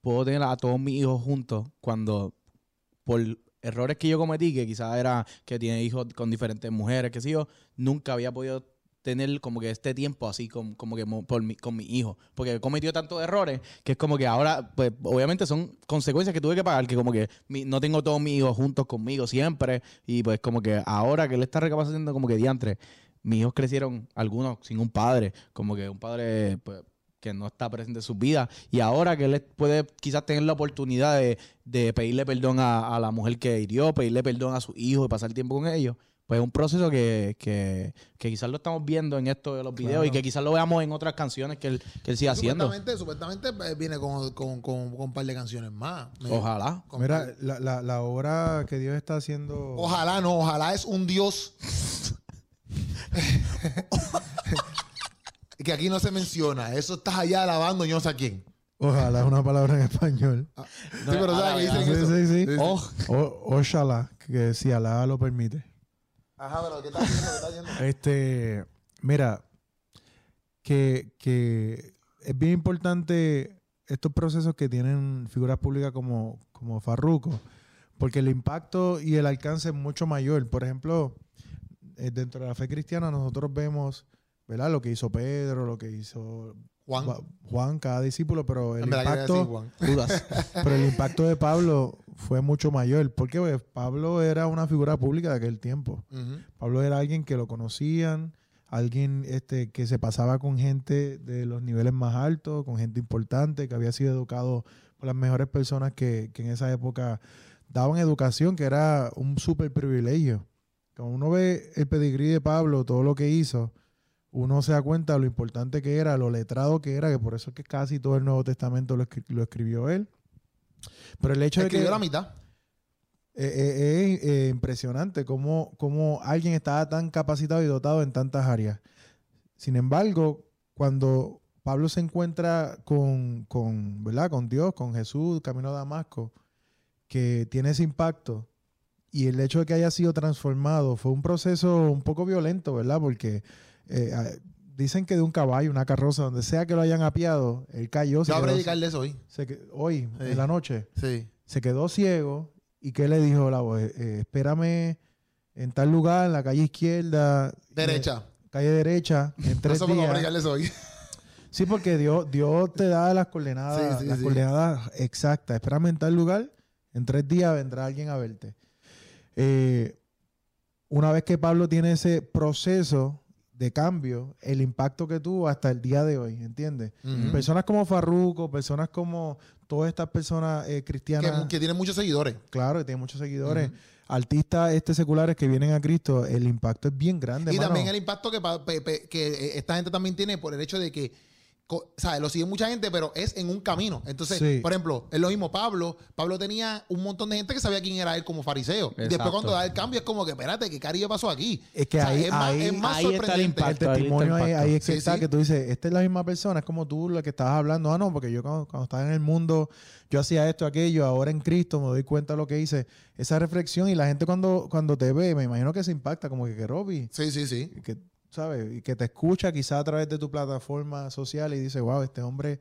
Speaker 2: puedo tener a todos mis hijos juntos cuando por errores que yo cometí, que quizás era que tiene hijos con diferentes mujeres, que sé yo, nunca había podido tener como que este tiempo así con, como que mo- por mi- con mi hijo. Porque cometió tantos errores que es como que ahora, pues obviamente son consecuencias que tuve que pagar, que como que mi- no tengo todos mis hijos juntos conmigo siempre. Y pues como que ahora que él está recapacitando como que diantre, mis hijos crecieron algunos sin un padre, como que un padre pues, que no está presente en sus vidas. Y ahora que él puede quizás tener la oportunidad de, de pedirle perdón a, a la mujer que hirió, pedirle perdón a su hijo y pasar tiempo con ellos. Pues es un proceso que, que, que quizás lo estamos viendo en esto de los videos y
Speaker 3: Claro.
Speaker 2: que quizás lo veamos en otras canciones que él, que él sigue haciendo.
Speaker 1: Supuestamente, supuestamente eh, viene con, con, con- con un par de canciones más. Me-
Speaker 2: Ojalá.
Speaker 1: con
Speaker 3: Mira,
Speaker 1: par-
Speaker 3: la, la- la obra que Dios está haciendo.
Speaker 1: Ojalá no, ojalá es un dios. que aquí no se menciona. Eso estás allá alabando yo no sé a quién.
Speaker 3: Ojalá es una palabra en español.
Speaker 1: Sí,
Speaker 2: No,
Speaker 1: pero ¿sabes
Speaker 2: árabe,
Speaker 1: qué dicen
Speaker 3: árabe.
Speaker 1: eso?
Speaker 3: Sí, sí, sí.
Speaker 1: Dicen-
Speaker 2: Oh,
Speaker 3: O- Ojalá, que si Alá lo permite.
Speaker 1: Ajá, pero ¿qué estás diciendo? ¿Qué estás diciendo?
Speaker 3: Este, mira, que, que es bien importante estos procesos que tienen figuras públicas como, como Farruko, porque el impacto y el alcance es mucho mayor. Por ejemplo, eh, dentro de la fe cristiana nosotros vemos, ¿verdad? Lo que hizo Pedro, lo que hizo
Speaker 1: Juan.
Speaker 3: Ju- Juan, cada discípulo, pero el
Speaker 1: En verdad quería decir
Speaker 3: impacto...
Speaker 1: Juan.
Speaker 2: Judas.
Speaker 3: Pero el impacto de Pablo fue mucho mayor, porque pues, Pablo era una figura pública de aquel tiempo.
Speaker 1: Ujú.
Speaker 3: Pablo era alguien que lo conocían, alguien este, que se pasaba con gente de los niveles más altos, con gente importante, que había sido educado por las mejores personas que, que en esa época daban educación, que era un súper privilegio. Cuando uno ve el pedigrí de Pablo, todo lo que hizo, uno se da cuenta de lo importante que era, lo letrado que era, que por eso es que casi todo el Nuevo Testamento lo, escri- lo escribió él. Pero el hecho de que...
Speaker 1: Escribió la mitad.
Speaker 3: Eh, eh, Es eh, impresionante cómo, cómo alguien estaba tan capacitado y dotado en tantas áreas. Sin embargo, cuando Pablo se encuentra con, con, ¿verdad? con Dios, con Jesús, camino a Damasco, que tiene ese impacto, y el hecho de que haya sido transformado fue un proceso un poco violento, ¿verdad? Porque eh, ah, dicen que de un caballo, una carroza, donde sea que lo hayan apiado, él cayó. se
Speaker 1: Yo voy a
Speaker 3: quedó-
Speaker 1: predicar de eso hoy.
Speaker 3: se que- hoy,
Speaker 1: Sí.
Speaker 3: en la noche
Speaker 1: Sí.
Speaker 3: se quedó ciego y que le dijo la voz, Eh, espérame en tal lugar, en la calle izquierda,
Speaker 1: Derecha.
Speaker 3: eh, calle derecha, en
Speaker 1: No
Speaker 3: tres
Speaker 1: sé por qué voy a
Speaker 3: días.
Speaker 1: predicar de eso hoy.
Speaker 3: Sí, porque Dios, Dios te da las coordenadas,
Speaker 1: Sí, sí,
Speaker 3: las
Speaker 1: sí.
Speaker 3: coordenadas exactas. Espérame en tal lugar, en tres días vendrá alguien a verte. Eh, una vez que Pablo tiene ese proceso de cambio, el impacto que tuvo hasta el día de hoy, ¿entiendes?
Speaker 1: Ujú.
Speaker 3: Personas como Farruko, personas como todas estas personas eh, cristianas.
Speaker 1: Que, que tiene muchos seguidores.
Speaker 3: Claro, y tiene muchos seguidores. Artistas este seculares que vienen a Cristo, el impacto es bien grande.
Speaker 1: Y
Speaker 3: mano.
Speaker 1: también el impacto que, pa- pe- pe- que eh, esta gente también tiene por el hecho de que, co- o sea, lo sigue mucha gente, pero es en un camino. Entonces,
Speaker 3: Sí.
Speaker 1: por ejemplo, es lo mismo Pablo. Pablo tenía un montón de gente que sabía quién era él como fariseo. Y después
Speaker 2: Exacto.
Speaker 1: cuando da el cambio es como que, espérate, ¿qué cariño pasó aquí?
Speaker 3: Es que
Speaker 2: ahí
Speaker 3: ahí- ahí-
Speaker 2: está el
Speaker 3: el
Speaker 2: impacto, ahí está el
Speaker 3: testimonio ahí, ahí es que
Speaker 1: Sí,
Speaker 3: está,
Speaker 1: sí.
Speaker 3: que tú dices, esta es la misma persona, es como tú la que estabas hablando, ah, no, porque yo cuando, cuando estaba en el mundo, yo hacía esto, aquello, ahora en Cristo me doy cuenta de lo que hice, esa reflexión y la gente cuando, cuando te ve, me imagino que se impacta, como que, que Robbie,
Speaker 1: Sí, sí, sí.
Speaker 3: que, ¿sabes? Y que te escucha quizá a través de tu plataforma social y dice, wow, este hombre,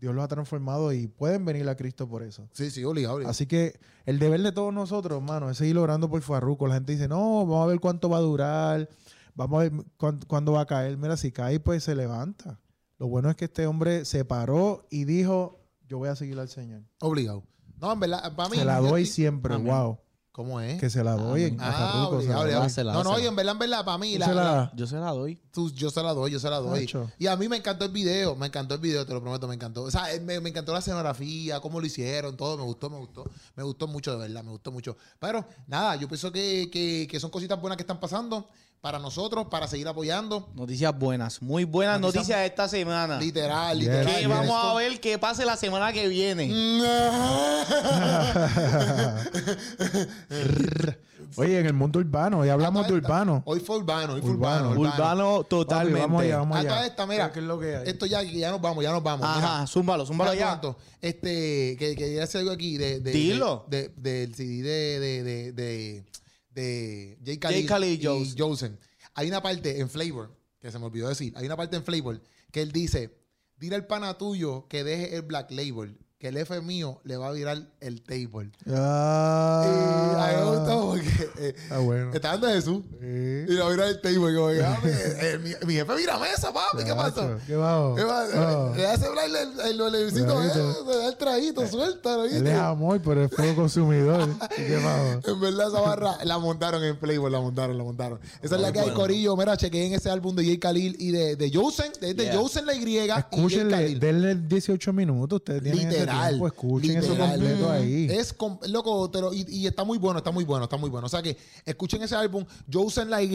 Speaker 3: Dios lo ha transformado y pueden venir a Cristo por eso.
Speaker 1: Sí, sí, obligado. obligado.
Speaker 3: Así que el deber de todos nosotros, mano, es seguir logrando por Farruco. La gente dice, no, vamos a ver cuánto va a durar, vamos a ver cuán- cuándo, va a caer. Mira, si cae, pues se levanta. Lo bueno es que este hombre se paró y dijo, yo voy a seguir al Señor.
Speaker 1: Obligado. No, en verdad, para mí.
Speaker 3: se la
Speaker 1: yo
Speaker 3: doy
Speaker 1: estoy-
Speaker 3: siempre,
Speaker 2: Amén.
Speaker 3: wow.
Speaker 1: ¿Cómo es?
Speaker 3: Que se la doy a
Speaker 1: Ah,
Speaker 3: Farruko. se la
Speaker 1: obligado,
Speaker 3: doy.
Speaker 1: obligado.
Speaker 2: Dásela,
Speaker 1: No, no,
Speaker 2: dásela.
Speaker 1: y en verdad, en verdad, para mí,
Speaker 3: Tú
Speaker 1: la-
Speaker 3: se
Speaker 1: la,
Speaker 3: la-
Speaker 2: Yo se la doy.
Speaker 1: Tú- yo se la doy, yo se la doy.
Speaker 3: Nacho.
Speaker 1: Y a mí me encantó el video, me encantó el video, te lo prometo, me encantó. O sea, eh, me, me encantó la escenografía, cómo lo hicieron, todo, me gustó, me gustó. Me gustó mucho, de verdad, me gustó mucho. Pero nada, yo pienso que, que- que son cositas buenas que están pasando para nosotros, para seguir apoyando.
Speaker 2: Noticias buenas, muy buenas
Speaker 1: Noticias-
Speaker 2: noticias, esta semana.
Speaker 1: Literal,
Speaker 3: Yes,
Speaker 1: literal.
Speaker 2: que
Speaker 3: yes.
Speaker 2: vamos a ver qué pase la semana que viene.
Speaker 3: Oye, en el mundo urbano, hoy hablamos de urbano.
Speaker 1: Hoy fue urbano, hoy fue
Speaker 3: Urbano.
Speaker 1: urbano.
Speaker 2: Urbano
Speaker 3: Papi,
Speaker 2: totalmente.
Speaker 3: vamos allá, vamos
Speaker 1: A
Speaker 3: allá.
Speaker 1: toda esta, mira,
Speaker 3: ¿Qué es lo que hay?
Speaker 1: Esto ya, ya nos vamos, ya nos vamos. mira.
Speaker 2: Ajá, zúmbalo, zúmbalo
Speaker 1: Tanto,
Speaker 2: ya.
Speaker 1: tanto. Este, que, que ya se algo aquí de, de,
Speaker 2: Dilo.
Speaker 1: de- de- del CD de, de, de, de, de J.
Speaker 2: J.
Speaker 1: Khalil,
Speaker 2: Khalil y
Speaker 1: y
Speaker 2: Joseph.
Speaker 1: Joseph. Hay una parte en Flavor, que se me olvidó decir, hay una parte en Flavor que él dice, dile al pana tuyo que deje el Black Label, que el F mío le va a virar el table. Y a mí Eh, me
Speaker 3: Ah,
Speaker 1: gustó porque eh,
Speaker 3: está bueno.
Speaker 1: está dando Jesús.
Speaker 3: Sí.
Speaker 1: Y le va a virar el table. Como, que, ah, mi, eh, mi- mi jefe mira mesa, papi. ¿Qué pasó?
Speaker 3: Chacho, ¿Qué bajo?
Speaker 1: ¿Qué pasó?
Speaker 3: Ah.
Speaker 1: Le Eh, hace hablar el, el, el olevecito,
Speaker 3: Traguito.
Speaker 1: eh, le da el traguito, suéltalo.
Speaker 3: Él es
Speaker 1: ¿viste?
Speaker 3: amor, pero es fuego consumidor. ¿Qué bajo?
Speaker 1: En verdad, esa barra la montaron en Playboy, la montaron, la montaron. Esa es la
Speaker 2: Muy
Speaker 1: que hay,
Speaker 2: bueno.
Speaker 1: Corillo. Mira, chequeen ese álbum de J. Khalil y de, de Jousen, de, de
Speaker 2: Yeah.
Speaker 1: Jousen la Y. y J.
Speaker 3: Escúchenle,
Speaker 1: Khalil.
Speaker 3: denle 18 minutos. Ustedes tienen ese
Speaker 1: Literal,
Speaker 3: tiempo, escuchen eso
Speaker 1: literal.
Speaker 3: completo ahí.
Speaker 1: Es com- loco, te lo- y, y está muy bueno, está muy bueno, está muy bueno. O sea que escuchen ese álbum, Jousen la Y,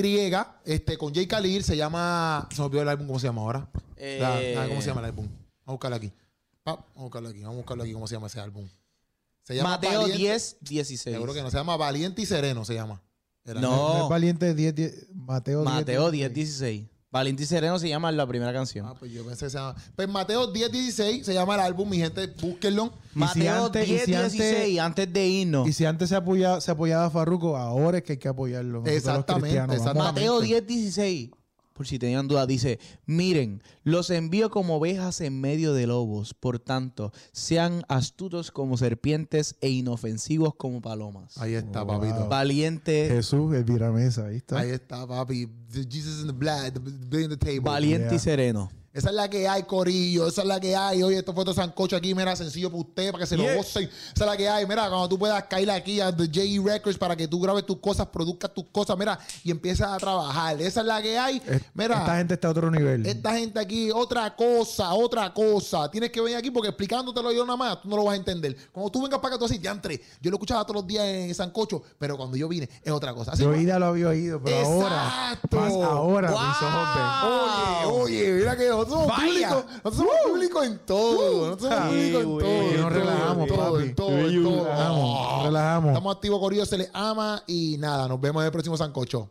Speaker 1: este, con J. Khalil, se llama. Se me olvidó el álbum, ¿cómo se llama ahora?
Speaker 2: Eh.
Speaker 1: La- la- ¿Cómo se llama el álbum? Vamos a buscarlo aquí. Pa, vamos a buscarlo aquí, vamos a buscarlo aquí, ¿cómo se llama ese álbum? Se llama
Speaker 2: Mateo
Speaker 1: Valiente-
Speaker 2: 10, 16.
Speaker 1: Seguro que no, se llama Valiente y Sereno, se llama. El álbum.
Speaker 2: No.
Speaker 3: Es valiente 10, 10, Mateo 10.
Speaker 2: Mateo 10, 16. Valentín Sereno se llama la primera canción.
Speaker 1: Ah, pues yo pensé que se llama. Pues Mateo 1016 se llama el álbum, mi gente, búsquenlo.
Speaker 3: Y si
Speaker 2: Mateo
Speaker 3: antes- y
Speaker 2: 10,
Speaker 3: si antes-
Speaker 2: 16, antes de irnos.
Speaker 3: Y si antes se apoyaba, se apoyaba a Farruko, ahora es que hay que apoyarlo. nosotros los
Speaker 1: Exactamente,
Speaker 3: cristianos, vamos.
Speaker 1: exactamente.
Speaker 2: Mateo 10, 16. Por si tenían dudas, dice: Miren, los envío como ovejas en medio de lobos. Por tanto, sean astutos como serpientes e inofensivos como palomas.
Speaker 1: Ahí está,
Speaker 3: Wow.
Speaker 1: papito.
Speaker 2: Valiente,
Speaker 3: Jesús, el viramesa, ahí está.
Speaker 1: Ahí está, papi. The Jesus in the blood, the blood in the table.
Speaker 2: valiente y
Speaker 3: Yeah.
Speaker 2: sereno.
Speaker 1: Esa es la que hay, Corillo. Esa es la que hay. Oye, esto fue todo sancocho aquí. Mira, sencillo para usted, para que se lo
Speaker 2: Yeah.
Speaker 1: gocen. Esa es la que hay. Mira, cuando tú puedas caer aquí a The JE Records para que tú grabes tus cosas, produzcas tus cosas, mira, y empiezas a trabajar. Esa es la que hay.
Speaker 3: Es-
Speaker 1: Mira.
Speaker 3: Esta gente está a otro nivel.
Speaker 1: Esta gente aquí, otra cosa, otra cosa. Tienes que venir aquí porque explicándotelo yo nada más, tú no lo vas a entender. Cuando tú vengas para acá, tú decís, diantre, yo lo escuchaba todos los días en Sancocho, pero cuando yo vine es otra cosa. Así
Speaker 3: Yo
Speaker 1: que-
Speaker 3: oída lo había oído, pero
Speaker 1: Exacto.
Speaker 3: ahora, más ahora, mis ojos ven.
Speaker 1: Oye, oye, mira que nosotros somos
Speaker 2: Vaya. Uh.
Speaker 1: públicos. Nosotros somos públicos en todo. Nosotros somos
Speaker 3: Sí,
Speaker 1: públicos en
Speaker 2: güey.
Speaker 1: todo.
Speaker 2: Aquí
Speaker 1: en
Speaker 3: nos
Speaker 1: todo,
Speaker 3: relajamos,
Speaker 1: en todo,
Speaker 3: papi.
Speaker 1: en todo, en
Speaker 3: Nos
Speaker 1: todo. Oh,
Speaker 3: relajamos, nos relajamos.
Speaker 1: Estamos activos, Corillo, se les ama y nada, nos vemos en el próximo Sancocho.